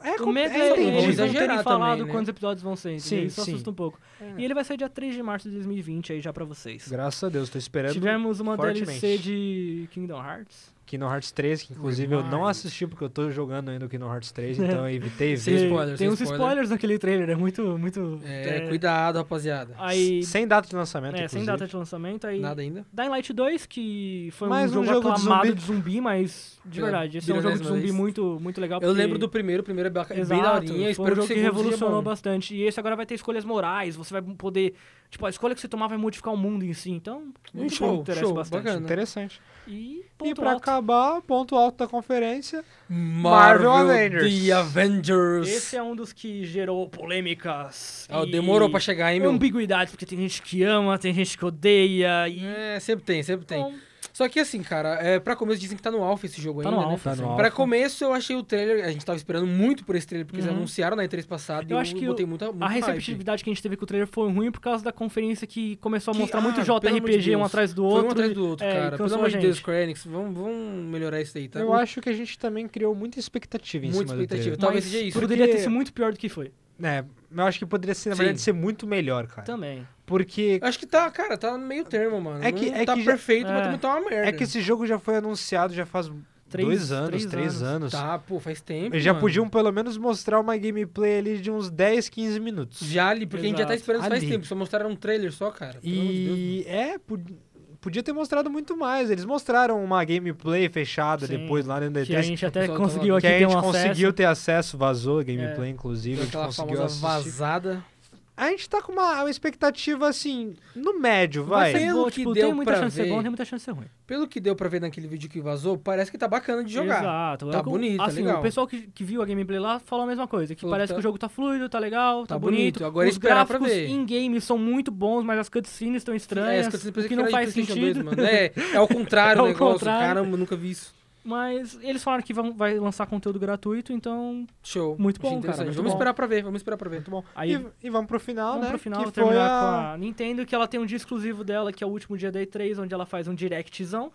[SPEAKER 2] É,
[SPEAKER 4] O
[SPEAKER 2] com-
[SPEAKER 4] medo
[SPEAKER 2] é
[SPEAKER 4] é
[SPEAKER 2] entendido.
[SPEAKER 4] eles não
[SPEAKER 3] exagerar
[SPEAKER 4] terem
[SPEAKER 3] também,
[SPEAKER 4] falado
[SPEAKER 3] né?
[SPEAKER 4] quantos episódios vão ser,
[SPEAKER 2] Sim,
[SPEAKER 4] sim, isso
[SPEAKER 2] sim.
[SPEAKER 4] assusta um pouco.
[SPEAKER 2] É.
[SPEAKER 4] E ele vai sair dia 3 de março de 2020 aí já pra vocês.
[SPEAKER 2] Graças a Deus, tô esperando.
[SPEAKER 4] Tivemos uma
[SPEAKER 2] fortemente.
[SPEAKER 4] DLC de Kingdom Hearts.
[SPEAKER 2] Kingdom Hearts 3, que inclusive eu não assisti porque eu tô jogando ainda o Kingdom Hearts 3, então eu evitei
[SPEAKER 3] Sem
[SPEAKER 2] ver.
[SPEAKER 3] spoiler,
[SPEAKER 4] Tem
[SPEAKER 3] sem
[SPEAKER 4] uns
[SPEAKER 3] spoiler.
[SPEAKER 4] spoilers naquele trailer, é muito, muito...
[SPEAKER 3] É, cuidado, rapaziada.
[SPEAKER 4] Aí,
[SPEAKER 2] Sem data de lançamento,
[SPEAKER 4] é, sem
[SPEAKER 2] inclusive.
[SPEAKER 4] data de lançamento, aí
[SPEAKER 3] Nada ainda.
[SPEAKER 4] Dying Light 2, que foi
[SPEAKER 2] Mais um
[SPEAKER 4] um jogo,
[SPEAKER 2] jogo de
[SPEAKER 4] aclamado
[SPEAKER 2] zumbi.
[SPEAKER 4] de zumbi, mas de
[SPEAKER 3] Pela
[SPEAKER 4] verdade, esse é um jogo de
[SPEAKER 3] bilionésima
[SPEAKER 4] zumbi
[SPEAKER 3] vez.
[SPEAKER 4] muito, muito legal.
[SPEAKER 3] Eu
[SPEAKER 4] porque-
[SPEAKER 3] lembro do primeiro, o primeiro é bem- bem
[SPEAKER 4] Exato,
[SPEAKER 3] daorinha.
[SPEAKER 4] foi um
[SPEAKER 3] Espero
[SPEAKER 4] jogo que,
[SPEAKER 3] que, o segundo seja
[SPEAKER 4] revolucionou
[SPEAKER 3] bom.
[SPEAKER 4] bastante. E esse agora vai ter escolhas morais, você vai poder... Tipo, a escolha que você tomar vai modificar o mundo em si, então... Muito
[SPEAKER 3] show,
[SPEAKER 4] bom, interessa
[SPEAKER 3] show,
[SPEAKER 4] bastante.
[SPEAKER 3] bacana.
[SPEAKER 2] Interessante.
[SPEAKER 4] E,
[SPEAKER 2] e
[SPEAKER 4] ponto
[SPEAKER 2] pra
[SPEAKER 4] alto.
[SPEAKER 2] acabar, ponto alto da conferência. Marvel
[SPEAKER 3] Marvel,
[SPEAKER 2] Avengers.
[SPEAKER 3] The Avengers.
[SPEAKER 4] Esse é um dos que gerou polêmicas.
[SPEAKER 3] Ah,
[SPEAKER 4] e
[SPEAKER 3] demorou pra chegar, hein, meu?
[SPEAKER 4] Ambiguidade, porque tem gente que ama, tem gente que odeia. E...
[SPEAKER 3] É, sempre tem, sempre tem.
[SPEAKER 4] Bom,
[SPEAKER 3] Só que assim, cara, é, pra começo dizem que tá no alpha esse jogo
[SPEAKER 4] Tá
[SPEAKER 3] ainda,
[SPEAKER 4] no
[SPEAKER 3] né?
[SPEAKER 4] alpha,
[SPEAKER 2] Tá no
[SPEAKER 4] sim.
[SPEAKER 2] alpha.
[SPEAKER 3] Pra começo eu achei o trailer, a gente tava esperando muito por esse trailer, porque eles
[SPEAKER 4] Uhum.
[SPEAKER 3] anunciaram na E3 passada e
[SPEAKER 4] Eu acho que
[SPEAKER 3] botei
[SPEAKER 4] o-
[SPEAKER 3] muita, muita
[SPEAKER 4] A
[SPEAKER 3] hype.
[SPEAKER 4] receptividade que a gente teve com o trailer foi ruim por causa da conferência que começou a
[SPEAKER 3] Que-
[SPEAKER 4] mostrar
[SPEAKER 3] ah,
[SPEAKER 4] muito
[SPEAKER 3] pelo amor de
[SPEAKER 4] JRPG um
[SPEAKER 3] Deus.
[SPEAKER 4] atrás do
[SPEAKER 3] Foi
[SPEAKER 4] outro.
[SPEAKER 3] um atrás do outro,
[SPEAKER 4] é,
[SPEAKER 3] cara. Pelo
[SPEAKER 4] cansou
[SPEAKER 3] amor
[SPEAKER 4] a
[SPEAKER 3] de
[SPEAKER 4] gente.
[SPEAKER 3] Deus, Square Enix, vamos, vamos melhorar isso aí, tá?
[SPEAKER 2] Eu acho que a gente também criou muita expectativa em
[SPEAKER 3] Muita
[SPEAKER 2] cima
[SPEAKER 3] expectativa.
[SPEAKER 2] do
[SPEAKER 3] Talvez
[SPEAKER 4] Mas
[SPEAKER 3] seja isso.
[SPEAKER 4] Poderia
[SPEAKER 2] Porque-
[SPEAKER 4] ter sido muito pior do que foi.
[SPEAKER 2] trailer. É, eu acho que poderia ser, na
[SPEAKER 3] Sim.
[SPEAKER 2] verdade, ser muito melhor, cara.
[SPEAKER 4] Também.
[SPEAKER 2] Porque
[SPEAKER 3] Acho que tá, cara, tá no meio termo, mano.
[SPEAKER 2] É que-
[SPEAKER 3] Não
[SPEAKER 2] é
[SPEAKER 3] tá
[SPEAKER 2] que já-
[SPEAKER 3] perfeito,
[SPEAKER 4] É.
[SPEAKER 3] mas também tá uma merda.
[SPEAKER 2] é que esse jogo já foi anunciado já faz
[SPEAKER 4] Três-
[SPEAKER 2] dois anos,
[SPEAKER 4] três
[SPEAKER 2] três anos.
[SPEAKER 3] Tá, pô, faz tempo.
[SPEAKER 2] Eles já
[SPEAKER 3] mano.
[SPEAKER 2] podiam pelo menos mostrar uma gameplay ali de uns 10, 15 minutos.
[SPEAKER 3] Já ali, porque a gente já tá
[SPEAKER 4] Exato.
[SPEAKER 3] esperando isso faz
[SPEAKER 2] Ali.
[SPEAKER 3] tempo. Só mostraram um trailer só, cara. Pelo amor de Deus, mano.
[SPEAKER 2] E é, pod- podia ter mostrado muito mais. Eles mostraram uma gameplay fechada
[SPEAKER 4] Sim,
[SPEAKER 2] depois lá dentro da
[SPEAKER 4] Que a
[SPEAKER 2] E3.
[SPEAKER 4] gente até
[SPEAKER 3] pessoal
[SPEAKER 4] conseguiu
[SPEAKER 3] tava-
[SPEAKER 2] Que
[SPEAKER 4] aqui
[SPEAKER 2] a
[SPEAKER 4] ter
[SPEAKER 2] gente
[SPEAKER 4] um
[SPEAKER 2] conseguiu
[SPEAKER 4] acesso. É,
[SPEAKER 2] ter acesso, vazou a gameplay, inclusive. A gente
[SPEAKER 3] Aquela
[SPEAKER 2] conseguiu
[SPEAKER 3] famosa
[SPEAKER 2] assistir.
[SPEAKER 3] vazada.
[SPEAKER 2] A gente tá com uma, uma expectativa assim, no médio, vai.
[SPEAKER 3] Vai ser- Pelo que
[SPEAKER 4] tipo,
[SPEAKER 3] deu
[SPEAKER 4] tem muita
[SPEAKER 3] pra
[SPEAKER 4] chance de
[SPEAKER 3] ver.
[SPEAKER 4] ser bom, tem muita chance de ser ruim.
[SPEAKER 3] Pelo que deu pra ver naquele vídeo que vazou, parece que tá bacana de jogar.
[SPEAKER 4] Exato.
[SPEAKER 3] Tá
[SPEAKER 4] É como-
[SPEAKER 3] bonito, tá
[SPEAKER 4] assim,
[SPEAKER 3] legal.
[SPEAKER 4] O pessoal que, que viu a gameplay lá falou a mesma coisa. Que
[SPEAKER 3] Falou que
[SPEAKER 4] parece
[SPEAKER 3] tá-
[SPEAKER 4] que o jogo tá fluido, tá legal, tá,
[SPEAKER 3] Tá bonito.
[SPEAKER 4] bonito.
[SPEAKER 3] Agora
[SPEAKER 4] Os
[SPEAKER 3] esperar pra
[SPEAKER 4] gráficos
[SPEAKER 3] ver.
[SPEAKER 4] in-game são muito bons, mas as cutscenes estão
[SPEAKER 3] É,
[SPEAKER 4] estranhas,
[SPEAKER 3] isso que eu
[SPEAKER 4] o
[SPEAKER 3] pensei
[SPEAKER 4] que
[SPEAKER 3] era
[SPEAKER 4] não
[SPEAKER 3] de
[SPEAKER 4] faz
[SPEAKER 3] PlayStation dois,
[SPEAKER 4] sentido.
[SPEAKER 3] mano. É, é ao contrário
[SPEAKER 4] É
[SPEAKER 3] o
[SPEAKER 4] ao
[SPEAKER 3] negócio.
[SPEAKER 4] contrário.
[SPEAKER 3] Caramba, nunca vi isso.
[SPEAKER 4] Mas eles falaram que vão, vai lançar conteúdo gratuito, então
[SPEAKER 3] Show.
[SPEAKER 4] Muito
[SPEAKER 3] Achei
[SPEAKER 4] bom, cara,
[SPEAKER 3] interessante.
[SPEAKER 4] muito
[SPEAKER 3] Vamos
[SPEAKER 4] bom.
[SPEAKER 3] esperar pra ver, vamos esperar pra ver.
[SPEAKER 2] Muito bom.
[SPEAKER 4] aí
[SPEAKER 2] E, e vamos pro final,
[SPEAKER 4] vamos
[SPEAKER 2] né?
[SPEAKER 4] pro final
[SPEAKER 2] que foi
[SPEAKER 4] terminar
[SPEAKER 2] a...
[SPEAKER 4] com a Nintendo, que ela tem um dia exclusivo dela, que é o último dia da E3, onde ela faz um directzão.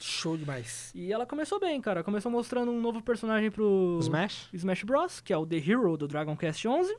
[SPEAKER 3] Show demais.
[SPEAKER 4] E ela começou bem, cara. Começou mostrando um novo personagem pro
[SPEAKER 2] Smash?
[SPEAKER 4] Smash Bros, que é o The Hero do Dragon Quest 11.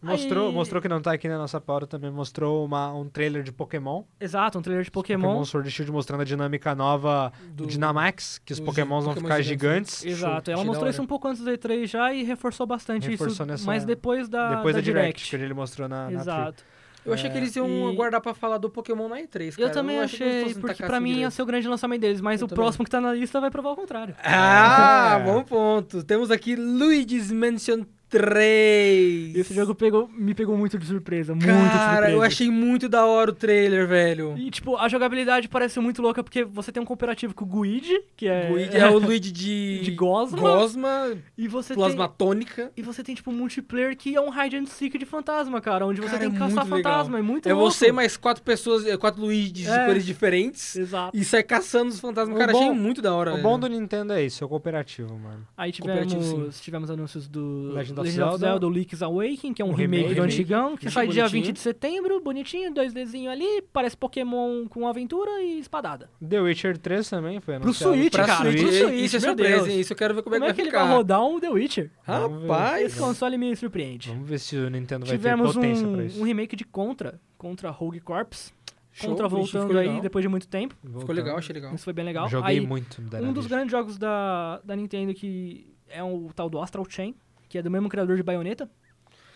[SPEAKER 2] Mostrou,
[SPEAKER 4] Aí-
[SPEAKER 2] mostrou que não tá aqui na nossa pauta também. Mostrou uma, um trailer de Pokémon.
[SPEAKER 4] Exato, um trailer de
[SPEAKER 2] Pokémon
[SPEAKER 4] Pokémon.
[SPEAKER 2] Sword e Shield mostrando a dinâmica nova do
[SPEAKER 3] Do-
[SPEAKER 2] Dynamax, que os
[SPEAKER 3] dos
[SPEAKER 2] Pokémons vão
[SPEAKER 3] Pokémon
[SPEAKER 2] ficar
[SPEAKER 3] gigantes.
[SPEAKER 2] gigantes.
[SPEAKER 4] Exato,
[SPEAKER 3] Show,
[SPEAKER 4] ela
[SPEAKER 3] achei da
[SPEAKER 4] mostrou
[SPEAKER 3] hora.
[SPEAKER 4] isso um pouco antes do E3 já e reforçou bastante
[SPEAKER 2] Reforçou
[SPEAKER 4] isso,
[SPEAKER 2] nessa-
[SPEAKER 4] mas depois da,
[SPEAKER 2] Depois da, Direct,
[SPEAKER 4] Direct.
[SPEAKER 2] que ele mostrou
[SPEAKER 4] tá
[SPEAKER 2] na, na
[SPEAKER 4] Exato.
[SPEAKER 3] Eu achei que eles iam
[SPEAKER 4] É, e-
[SPEAKER 3] aguardar pra falar do Pokémon na E3, cara.
[SPEAKER 4] Eu também
[SPEAKER 3] não que eles
[SPEAKER 4] achei,
[SPEAKER 3] fossem
[SPEAKER 4] porque
[SPEAKER 3] tacar
[SPEAKER 4] pra
[SPEAKER 3] assim
[SPEAKER 4] mim é ia
[SPEAKER 3] direto.
[SPEAKER 4] ser o grande lançamento deles, mas
[SPEAKER 3] Eu
[SPEAKER 4] o
[SPEAKER 3] também.
[SPEAKER 4] próximo que tá na lista vai provar o contrário.
[SPEAKER 3] Ah,
[SPEAKER 2] É.
[SPEAKER 3] bom ponto. Temos aqui Luigi's Mansion 3.
[SPEAKER 4] Esse jogo pegou, me pegou muito de surpresa, muito de
[SPEAKER 3] Cara,
[SPEAKER 4] surpresa.
[SPEAKER 3] eu achei muito da hora o trailer, velho.
[SPEAKER 4] E, tipo, a jogabilidade parece muito louca, porque você tem um cooperativo com o Guide, que é...
[SPEAKER 3] Luigi- é o Luigi de...
[SPEAKER 4] De Gosma.
[SPEAKER 3] Gosma,
[SPEAKER 4] E você tem...
[SPEAKER 3] Plasmatônica.
[SPEAKER 4] E você tem, tipo, um multiplayer que é um hide and seek de fantasma, cara, onde você
[SPEAKER 3] Cara,
[SPEAKER 4] tem que
[SPEAKER 3] é
[SPEAKER 4] caçar
[SPEAKER 3] muito legal.
[SPEAKER 4] fantasma, é muito
[SPEAKER 3] É
[SPEAKER 4] louco.
[SPEAKER 3] você mais quatro pessoas, eh, quatro Luigis de
[SPEAKER 4] É.
[SPEAKER 3] cores diferentes.
[SPEAKER 4] Exato.
[SPEAKER 3] E sai caçando os fantasmas.
[SPEAKER 2] O
[SPEAKER 3] Cara, achei
[SPEAKER 2] bom-
[SPEAKER 3] muito da hora,
[SPEAKER 2] O
[SPEAKER 3] velho.
[SPEAKER 2] bom do Nintendo é isso, é o cooperativo, mano.
[SPEAKER 4] Aí
[SPEAKER 3] Cooperativo,
[SPEAKER 4] tivemos, tivemos anúncios do
[SPEAKER 2] Legend of Zelda.
[SPEAKER 4] do Link's Awakening, que é um
[SPEAKER 2] Um
[SPEAKER 4] remake,
[SPEAKER 2] remake.
[SPEAKER 4] do antigão, que
[SPEAKER 3] Remake
[SPEAKER 4] sai dia
[SPEAKER 3] bonitinho.
[SPEAKER 4] 20 de setembro, bonitinho, 2Dzinho ali, parece Pokémon com aventura e espadada.
[SPEAKER 2] The Witcher 3 também foi
[SPEAKER 4] Pro
[SPEAKER 2] anunciado.
[SPEAKER 4] Switch,
[SPEAKER 3] Pra
[SPEAKER 4] cara,
[SPEAKER 3] Switch,
[SPEAKER 4] pro Switch,
[SPEAKER 3] isso é
[SPEAKER 4] meu
[SPEAKER 3] surpresa,
[SPEAKER 4] Deus.
[SPEAKER 3] hein? Isso eu quero ver como,
[SPEAKER 4] Como é
[SPEAKER 3] é
[SPEAKER 4] que ele
[SPEAKER 3] ficar.
[SPEAKER 4] vai rodar um The Witcher?
[SPEAKER 2] Vamos ver.
[SPEAKER 3] Rapaz,
[SPEAKER 4] Esse é console me surpreende.
[SPEAKER 2] Vamos ver se o Nintendo vai
[SPEAKER 4] Tivemos
[SPEAKER 2] ter potência pra
[SPEAKER 4] um,
[SPEAKER 2] isso.
[SPEAKER 4] um remake de Contra, Contra Rogue Corps.
[SPEAKER 3] show,
[SPEAKER 4] Contra
[SPEAKER 3] Luigi, ficou
[SPEAKER 4] voltando aí
[SPEAKER 3] legal.
[SPEAKER 4] depois de muito tempo.
[SPEAKER 3] Ficou
[SPEAKER 2] Voltando.
[SPEAKER 3] legal, achei legal.
[SPEAKER 4] Isso foi bem legal.
[SPEAKER 2] Joguei
[SPEAKER 4] aí,
[SPEAKER 2] muito. da
[SPEAKER 4] um dos
[SPEAKER 2] Nvidia.
[SPEAKER 4] grandes jogos da, da Nintendo que é o tal do Astral Chain, que é do mesmo criador de Bayonetta.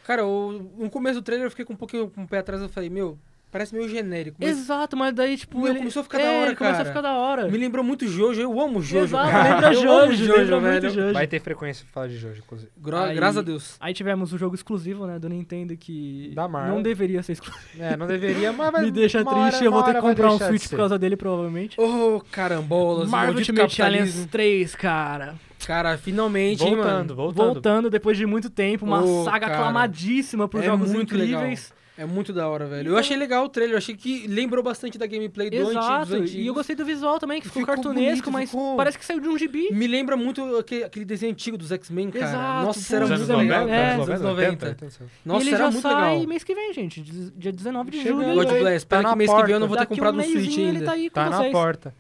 [SPEAKER 3] Cara, eu- no começo do trailer eu fiquei com um pouquinho com o pé atrás. Eu falei, meu, parece meio genérico. mas
[SPEAKER 4] Exato, mas daí, tipo,
[SPEAKER 3] Meu,
[SPEAKER 4] ele...
[SPEAKER 3] começou a ficar
[SPEAKER 4] é,
[SPEAKER 3] da hora,
[SPEAKER 4] ele começou a
[SPEAKER 3] cara.
[SPEAKER 4] ficar da hora.
[SPEAKER 3] me lembrou muito Jojo. Eu amo Jojo.
[SPEAKER 4] Exato,
[SPEAKER 3] cara.
[SPEAKER 4] lembra
[SPEAKER 3] eu amo
[SPEAKER 4] Jojo, lembra muito Jojo.
[SPEAKER 2] Vai ter frequência pra falar de Jojo, inclusive.
[SPEAKER 3] Gra-
[SPEAKER 4] Aí-
[SPEAKER 3] Graças a Deus.
[SPEAKER 4] Aí tivemos o jogo exclusivo, né, do Nintendo, que
[SPEAKER 2] Da Marvel.
[SPEAKER 4] não deveria ser exclusivo.
[SPEAKER 2] É, não deveria,
[SPEAKER 3] Ah,
[SPEAKER 2] mas vai
[SPEAKER 4] Me deixa
[SPEAKER 2] uma
[SPEAKER 4] triste,
[SPEAKER 2] hora-
[SPEAKER 4] eu
[SPEAKER 2] uma
[SPEAKER 4] vou ter que
[SPEAKER 2] hora vai
[SPEAKER 4] comprar um
[SPEAKER 2] deixar de
[SPEAKER 4] Switch
[SPEAKER 2] ser.
[SPEAKER 4] por causa dele, provavelmente.
[SPEAKER 3] Ô, carambolas,
[SPEAKER 4] Marvel
[SPEAKER 3] maldito
[SPEAKER 4] Ultimate Alliance
[SPEAKER 3] capitalismo.
[SPEAKER 4] 3, cara.
[SPEAKER 3] Cara, finalmente, hein,
[SPEAKER 2] Voltando,
[SPEAKER 3] mano.
[SPEAKER 2] voltando.
[SPEAKER 4] Voltando depois de muito tempo, uma
[SPEAKER 3] Ô,
[SPEAKER 4] saga
[SPEAKER 3] cara.
[SPEAKER 4] aclamadíssima por
[SPEAKER 3] É
[SPEAKER 4] jogos
[SPEAKER 3] muito
[SPEAKER 4] incríveis.
[SPEAKER 3] É muito da hora, velho. Eu
[SPEAKER 4] Então-
[SPEAKER 3] achei legal o trailer. Eu achei que lembrou bastante da gameplay do antigo. dos
[SPEAKER 4] Exato,
[SPEAKER 3] antigos.
[SPEAKER 4] e eu gostei do visual também, que ficou,
[SPEAKER 3] Ficou
[SPEAKER 4] cartunesco,
[SPEAKER 3] bonito,
[SPEAKER 4] mas
[SPEAKER 3] ficou-
[SPEAKER 4] parece que saiu de um gibi.
[SPEAKER 3] Me lembra muito aquele, aquele desenho antigo dos X-Men, cara.
[SPEAKER 4] Exato,
[SPEAKER 3] Nossa,
[SPEAKER 4] pô,
[SPEAKER 3] era
[SPEAKER 2] Os
[SPEAKER 4] Dos
[SPEAKER 3] muito
[SPEAKER 2] anos
[SPEAKER 3] legal.
[SPEAKER 2] 90,
[SPEAKER 3] É,
[SPEAKER 2] anos
[SPEAKER 3] dos anos
[SPEAKER 2] 90.
[SPEAKER 3] 90.
[SPEAKER 2] atenção.
[SPEAKER 3] Nossa,
[SPEAKER 4] e ele
[SPEAKER 3] era
[SPEAKER 4] já
[SPEAKER 3] muito
[SPEAKER 4] sai
[SPEAKER 3] legal. tipo,
[SPEAKER 4] mês que vem, gente. Diz- Dia 19 de
[SPEAKER 2] Chegando
[SPEAKER 4] julho. é
[SPEAKER 3] God bless.
[SPEAKER 2] Tá
[SPEAKER 3] Espero
[SPEAKER 2] na
[SPEAKER 3] que mês que vem eu
[SPEAKER 2] porta.
[SPEAKER 3] não vou ter
[SPEAKER 4] Daqui um
[SPEAKER 3] comprado o Switch
[SPEAKER 4] meizinho ele
[SPEAKER 3] ainda.
[SPEAKER 4] tá aí com
[SPEAKER 2] Tá na
[SPEAKER 4] vocês.
[SPEAKER 2] porta.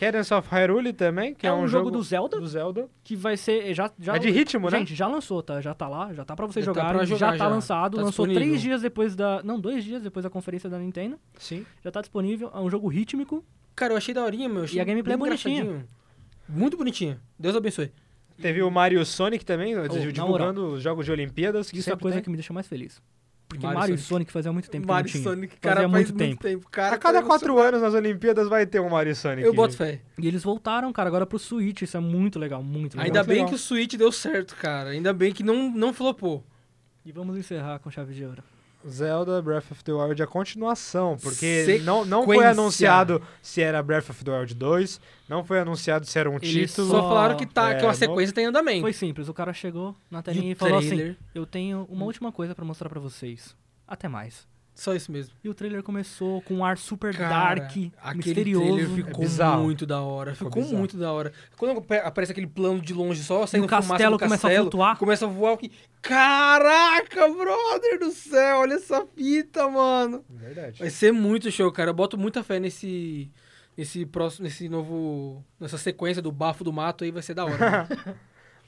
[SPEAKER 2] Cadence of Hyrule também, que é,
[SPEAKER 4] É um jogo do Zelda?
[SPEAKER 2] do Zelda.
[SPEAKER 4] Que vai ser. Já, já, um-
[SPEAKER 2] É de ritmo, né?
[SPEAKER 4] Gente, já lançou, tá? Já tá lá, já tá pra vocês
[SPEAKER 3] Já tá
[SPEAKER 4] jogarem.
[SPEAKER 3] pra jogar,
[SPEAKER 4] já tá
[SPEAKER 3] já.
[SPEAKER 4] lançado.
[SPEAKER 3] Tá
[SPEAKER 4] lançou
[SPEAKER 3] disponível.
[SPEAKER 4] três dias depois da. Não, dois dias depois da conferência da Nintendo.
[SPEAKER 2] Sim.
[SPEAKER 4] Já tá disponível. É um jogo rítmico.
[SPEAKER 3] Cara, eu achei daorinha, meu. achei
[SPEAKER 4] a gameplay
[SPEAKER 3] bem
[SPEAKER 4] é bonitinha.
[SPEAKER 3] engraçadinho. Muito bonitinha. Deus abençoe.
[SPEAKER 2] Teve o Mario Sonic também, divulgando
[SPEAKER 4] moral.
[SPEAKER 2] os jogos de Olimpíadas. Que
[SPEAKER 4] Isso é a
[SPEAKER 2] sempre
[SPEAKER 4] coisa
[SPEAKER 2] tem.
[SPEAKER 4] que me deixa mais feliz. Porque
[SPEAKER 3] Mario
[SPEAKER 4] Mario,
[SPEAKER 3] e
[SPEAKER 4] e Sonic fazia muito tempo
[SPEAKER 3] Mario
[SPEAKER 4] que não tinha.
[SPEAKER 3] Sonic,
[SPEAKER 4] Fazia
[SPEAKER 3] cara, faz
[SPEAKER 4] muito tempo.
[SPEAKER 3] Cara,
[SPEAKER 2] A cada
[SPEAKER 3] foi
[SPEAKER 2] quatro anos nas Olimpíadas vai ter um Mario Sonic.
[SPEAKER 3] Eu boto fé.
[SPEAKER 4] E eles voltaram, cara, agora pro Switch. Isso é muito legal, muito legal.
[SPEAKER 3] Ainda
[SPEAKER 2] Muito
[SPEAKER 3] bem
[SPEAKER 2] legal.
[SPEAKER 3] que o Switch deu certo, cara. Ainda bem que não, não flopou.
[SPEAKER 4] E vamos encerrar com chave de ouro.
[SPEAKER 2] Zelda Breath of the Wild é a continuação, porque
[SPEAKER 3] Sequência.
[SPEAKER 2] não, não foi anunciado se era Breath of the Wild 2, não foi anunciado se era um
[SPEAKER 3] Eles
[SPEAKER 2] título.
[SPEAKER 3] só falaram que, tá, que
[SPEAKER 2] É,
[SPEAKER 3] uma
[SPEAKER 2] não-
[SPEAKER 3] sequência tem andamento.
[SPEAKER 4] Foi simples, o cara chegou na
[SPEAKER 3] E
[SPEAKER 4] telinha e,
[SPEAKER 3] o
[SPEAKER 4] falou
[SPEAKER 3] trailer.
[SPEAKER 4] assim: Eu tenho uma
[SPEAKER 3] Hum.
[SPEAKER 4] última coisa pra mostrar pra vocês. Até mais.
[SPEAKER 3] Só isso mesmo.
[SPEAKER 4] E o trailer começou com um ar super
[SPEAKER 3] Cara,
[SPEAKER 4] dark,
[SPEAKER 3] aquele trailer
[SPEAKER 4] misterioso.
[SPEAKER 3] ficou
[SPEAKER 2] É bizarro.
[SPEAKER 3] muito da hora. Ficou,
[SPEAKER 2] bizarro.
[SPEAKER 3] muito da hora. Quando ape- aparece aquele plano de longe só, saindo
[SPEAKER 4] o
[SPEAKER 3] fumaça
[SPEAKER 4] castelo
[SPEAKER 3] do
[SPEAKER 4] começa a
[SPEAKER 3] castelo,
[SPEAKER 4] flutuar.
[SPEAKER 3] Começa a voar o que. Caraca, brother do céu, olha essa fita, mano.
[SPEAKER 2] Verdade.
[SPEAKER 3] Vai ser muito show, cara. Eu boto muita fé nesse. Nesse próximo. Nesse novo. Nessa sequência do bafo do mato aí vai ser da hora. mano. É,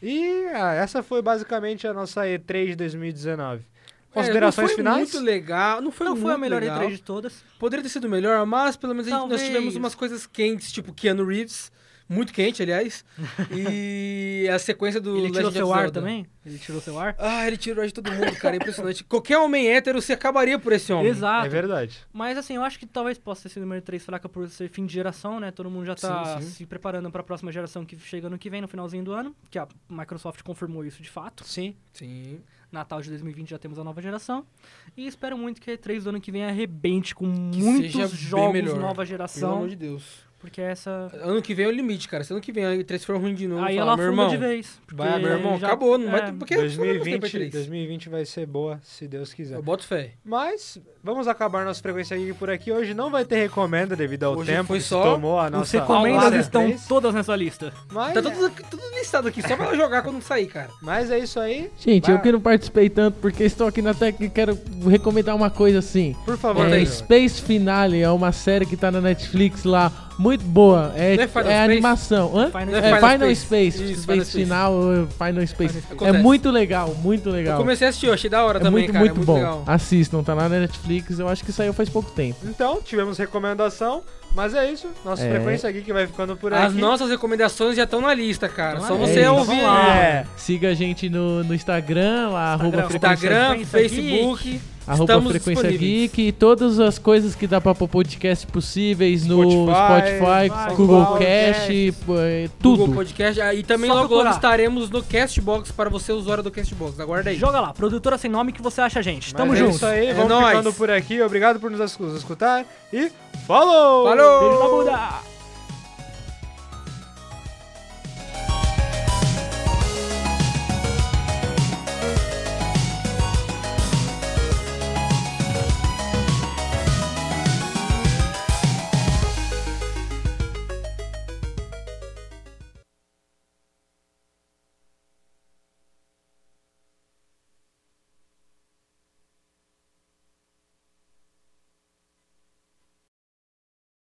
[SPEAKER 2] E ah, essa foi basicamente a nossa E3 de 2019.
[SPEAKER 3] É,
[SPEAKER 2] Considerações
[SPEAKER 3] não foi
[SPEAKER 2] finais?
[SPEAKER 3] Muito legal. Não foi,
[SPEAKER 4] Não foi a melhor
[SPEAKER 3] legal.
[SPEAKER 4] E3 de todas.
[SPEAKER 3] Poderia ter sido melhor, mas pelo menos a gente- nós
[SPEAKER 4] Talvez.
[SPEAKER 3] tivemos umas coisas quentes, tipo Keanu Reeves, muito quente, aliás, e a sequência do
[SPEAKER 4] Ele tirou
[SPEAKER 3] Legend
[SPEAKER 4] seu
[SPEAKER 3] of
[SPEAKER 4] ar
[SPEAKER 3] Zelda.
[SPEAKER 4] também? Ele tirou seu ar?
[SPEAKER 3] Ah, ele tirou de todo mundo, cara, é impressionante. Qualquer homem hétero se acabaria por esse homem.
[SPEAKER 4] Exato.
[SPEAKER 2] É verdade.
[SPEAKER 4] Mas assim, eu acho que talvez possa ter sido número 3 fraca por ser fim de geração, né? Todo mundo já tá
[SPEAKER 3] Sim, sim.
[SPEAKER 4] se preparando pra próxima geração que chega ano que vem, no finalzinho do ano, que a Microsoft confirmou isso de fato.
[SPEAKER 2] Sim.
[SPEAKER 3] Sim.
[SPEAKER 4] Natal de 2020 já temos a nova geração. E espero muito que a E3 do ano que vem arrebente com
[SPEAKER 3] seja
[SPEAKER 4] muitos
[SPEAKER 3] bem
[SPEAKER 4] jogos
[SPEAKER 3] melhor.
[SPEAKER 4] nova
[SPEAKER 3] Pelo
[SPEAKER 4] geração,
[SPEAKER 3] amor de Deus.
[SPEAKER 4] porque essa
[SPEAKER 3] Ano que vem é o limite, cara. Se ano que vem a E3 for ruim de novo,
[SPEAKER 4] aí
[SPEAKER 3] eu
[SPEAKER 4] ela
[SPEAKER 3] falo, meu irmão,
[SPEAKER 4] afunda de vez. porque
[SPEAKER 3] vai, meu irmão,
[SPEAKER 4] já-
[SPEAKER 3] acabou, não vai
[SPEAKER 4] é,
[SPEAKER 3] ter porque eu não gostei pra
[SPEAKER 2] 2020,
[SPEAKER 3] E3.
[SPEAKER 2] 2020 vai ser boa, se Deus quiser.
[SPEAKER 3] Eu boto fé.
[SPEAKER 2] Mas vamos acabar nossa frequência geek por aqui. Hoje não vai ter recomenda devido ao
[SPEAKER 3] Hoje
[SPEAKER 2] tempo
[SPEAKER 3] foi
[SPEAKER 2] que
[SPEAKER 3] só
[SPEAKER 2] tomou a
[SPEAKER 4] Os
[SPEAKER 2] nossa
[SPEAKER 4] recomendas
[SPEAKER 2] nossa
[SPEAKER 4] estão
[SPEAKER 2] E3,
[SPEAKER 4] todas nessa lista.
[SPEAKER 2] Mas,
[SPEAKER 3] Tá tudo, tudo listado aqui, só pra ela jogar quando sair, cara.
[SPEAKER 2] mas é isso aí.
[SPEAKER 1] Gente,
[SPEAKER 2] Vai.
[SPEAKER 1] eu que não participei tanto porque estou aqui na técnica e quero recomendar uma coisa assim.
[SPEAKER 3] Tá
[SPEAKER 2] Por favor,
[SPEAKER 1] É,
[SPEAKER 2] Danilo.
[SPEAKER 1] Space Finale é uma série que tá na Netflix lá, muito boa. É,
[SPEAKER 3] Não é Final
[SPEAKER 1] é
[SPEAKER 3] Space?
[SPEAKER 1] animação. Hã?
[SPEAKER 4] Final
[SPEAKER 1] é
[SPEAKER 3] Space.
[SPEAKER 1] Final,
[SPEAKER 3] Final
[SPEAKER 1] Space.
[SPEAKER 3] Space.
[SPEAKER 1] Space,
[SPEAKER 3] Isso, Final Space.
[SPEAKER 1] Final, uh, Final Space. É
[SPEAKER 3] Acontece.
[SPEAKER 1] muito legal, muito
[SPEAKER 3] Eu
[SPEAKER 1] legal.
[SPEAKER 3] comecei a assistir, eu achei da hora
[SPEAKER 1] É
[SPEAKER 3] também,
[SPEAKER 1] muito,
[SPEAKER 3] cara.
[SPEAKER 1] muito,
[SPEAKER 3] é muito
[SPEAKER 1] bom.
[SPEAKER 3] legal.
[SPEAKER 1] Assistam, tá lá na Netflix. Eu acho que saiu faz pouco tempo.
[SPEAKER 2] Então, tivemos recomendação, mas é isso. Nossa
[SPEAKER 1] É.
[SPEAKER 2] frequência geek vai ficando por
[SPEAKER 3] As
[SPEAKER 2] aqui.
[SPEAKER 3] nossas recomendações já estão na lista, cara.
[SPEAKER 4] Então
[SPEAKER 3] Só
[SPEAKER 4] é
[SPEAKER 3] você
[SPEAKER 1] isso.
[SPEAKER 3] ouvir
[SPEAKER 2] Vamos
[SPEAKER 3] lá.
[SPEAKER 2] lá. É.
[SPEAKER 1] Siga a gente no, no Instagram, lá, arroba frequência,
[SPEAKER 3] Instagram,
[SPEAKER 4] Frequência Geek.
[SPEAKER 3] Facebook.
[SPEAKER 1] arroba
[SPEAKER 3] estamos
[SPEAKER 1] frequência
[SPEAKER 3] disponíveis.
[SPEAKER 1] geek e todas as coisas que dá pra pôr podcast possíveis no
[SPEAKER 2] Spotify,
[SPEAKER 1] Spotify,
[SPEAKER 2] Spotify,
[SPEAKER 1] Google
[SPEAKER 2] Google
[SPEAKER 1] Cast, pô, é, tudo.
[SPEAKER 3] Google Podcast. Ah, E também
[SPEAKER 4] Só
[SPEAKER 3] logo
[SPEAKER 4] procurar.
[SPEAKER 3] logo estaremos no Castbox para você, usuário do Castbox. Aguarda aí.
[SPEAKER 4] Joga lá, produtora sem nome que você acha a
[SPEAKER 2] Mas
[SPEAKER 4] gente. Tamo
[SPEAKER 2] é
[SPEAKER 4] junto.
[SPEAKER 2] isso aí,
[SPEAKER 3] É
[SPEAKER 2] vamos
[SPEAKER 3] nóis.
[SPEAKER 2] ficando por aqui. Obrigado por nos escutar e falou!
[SPEAKER 3] Falou!
[SPEAKER 4] Beijo na bunda.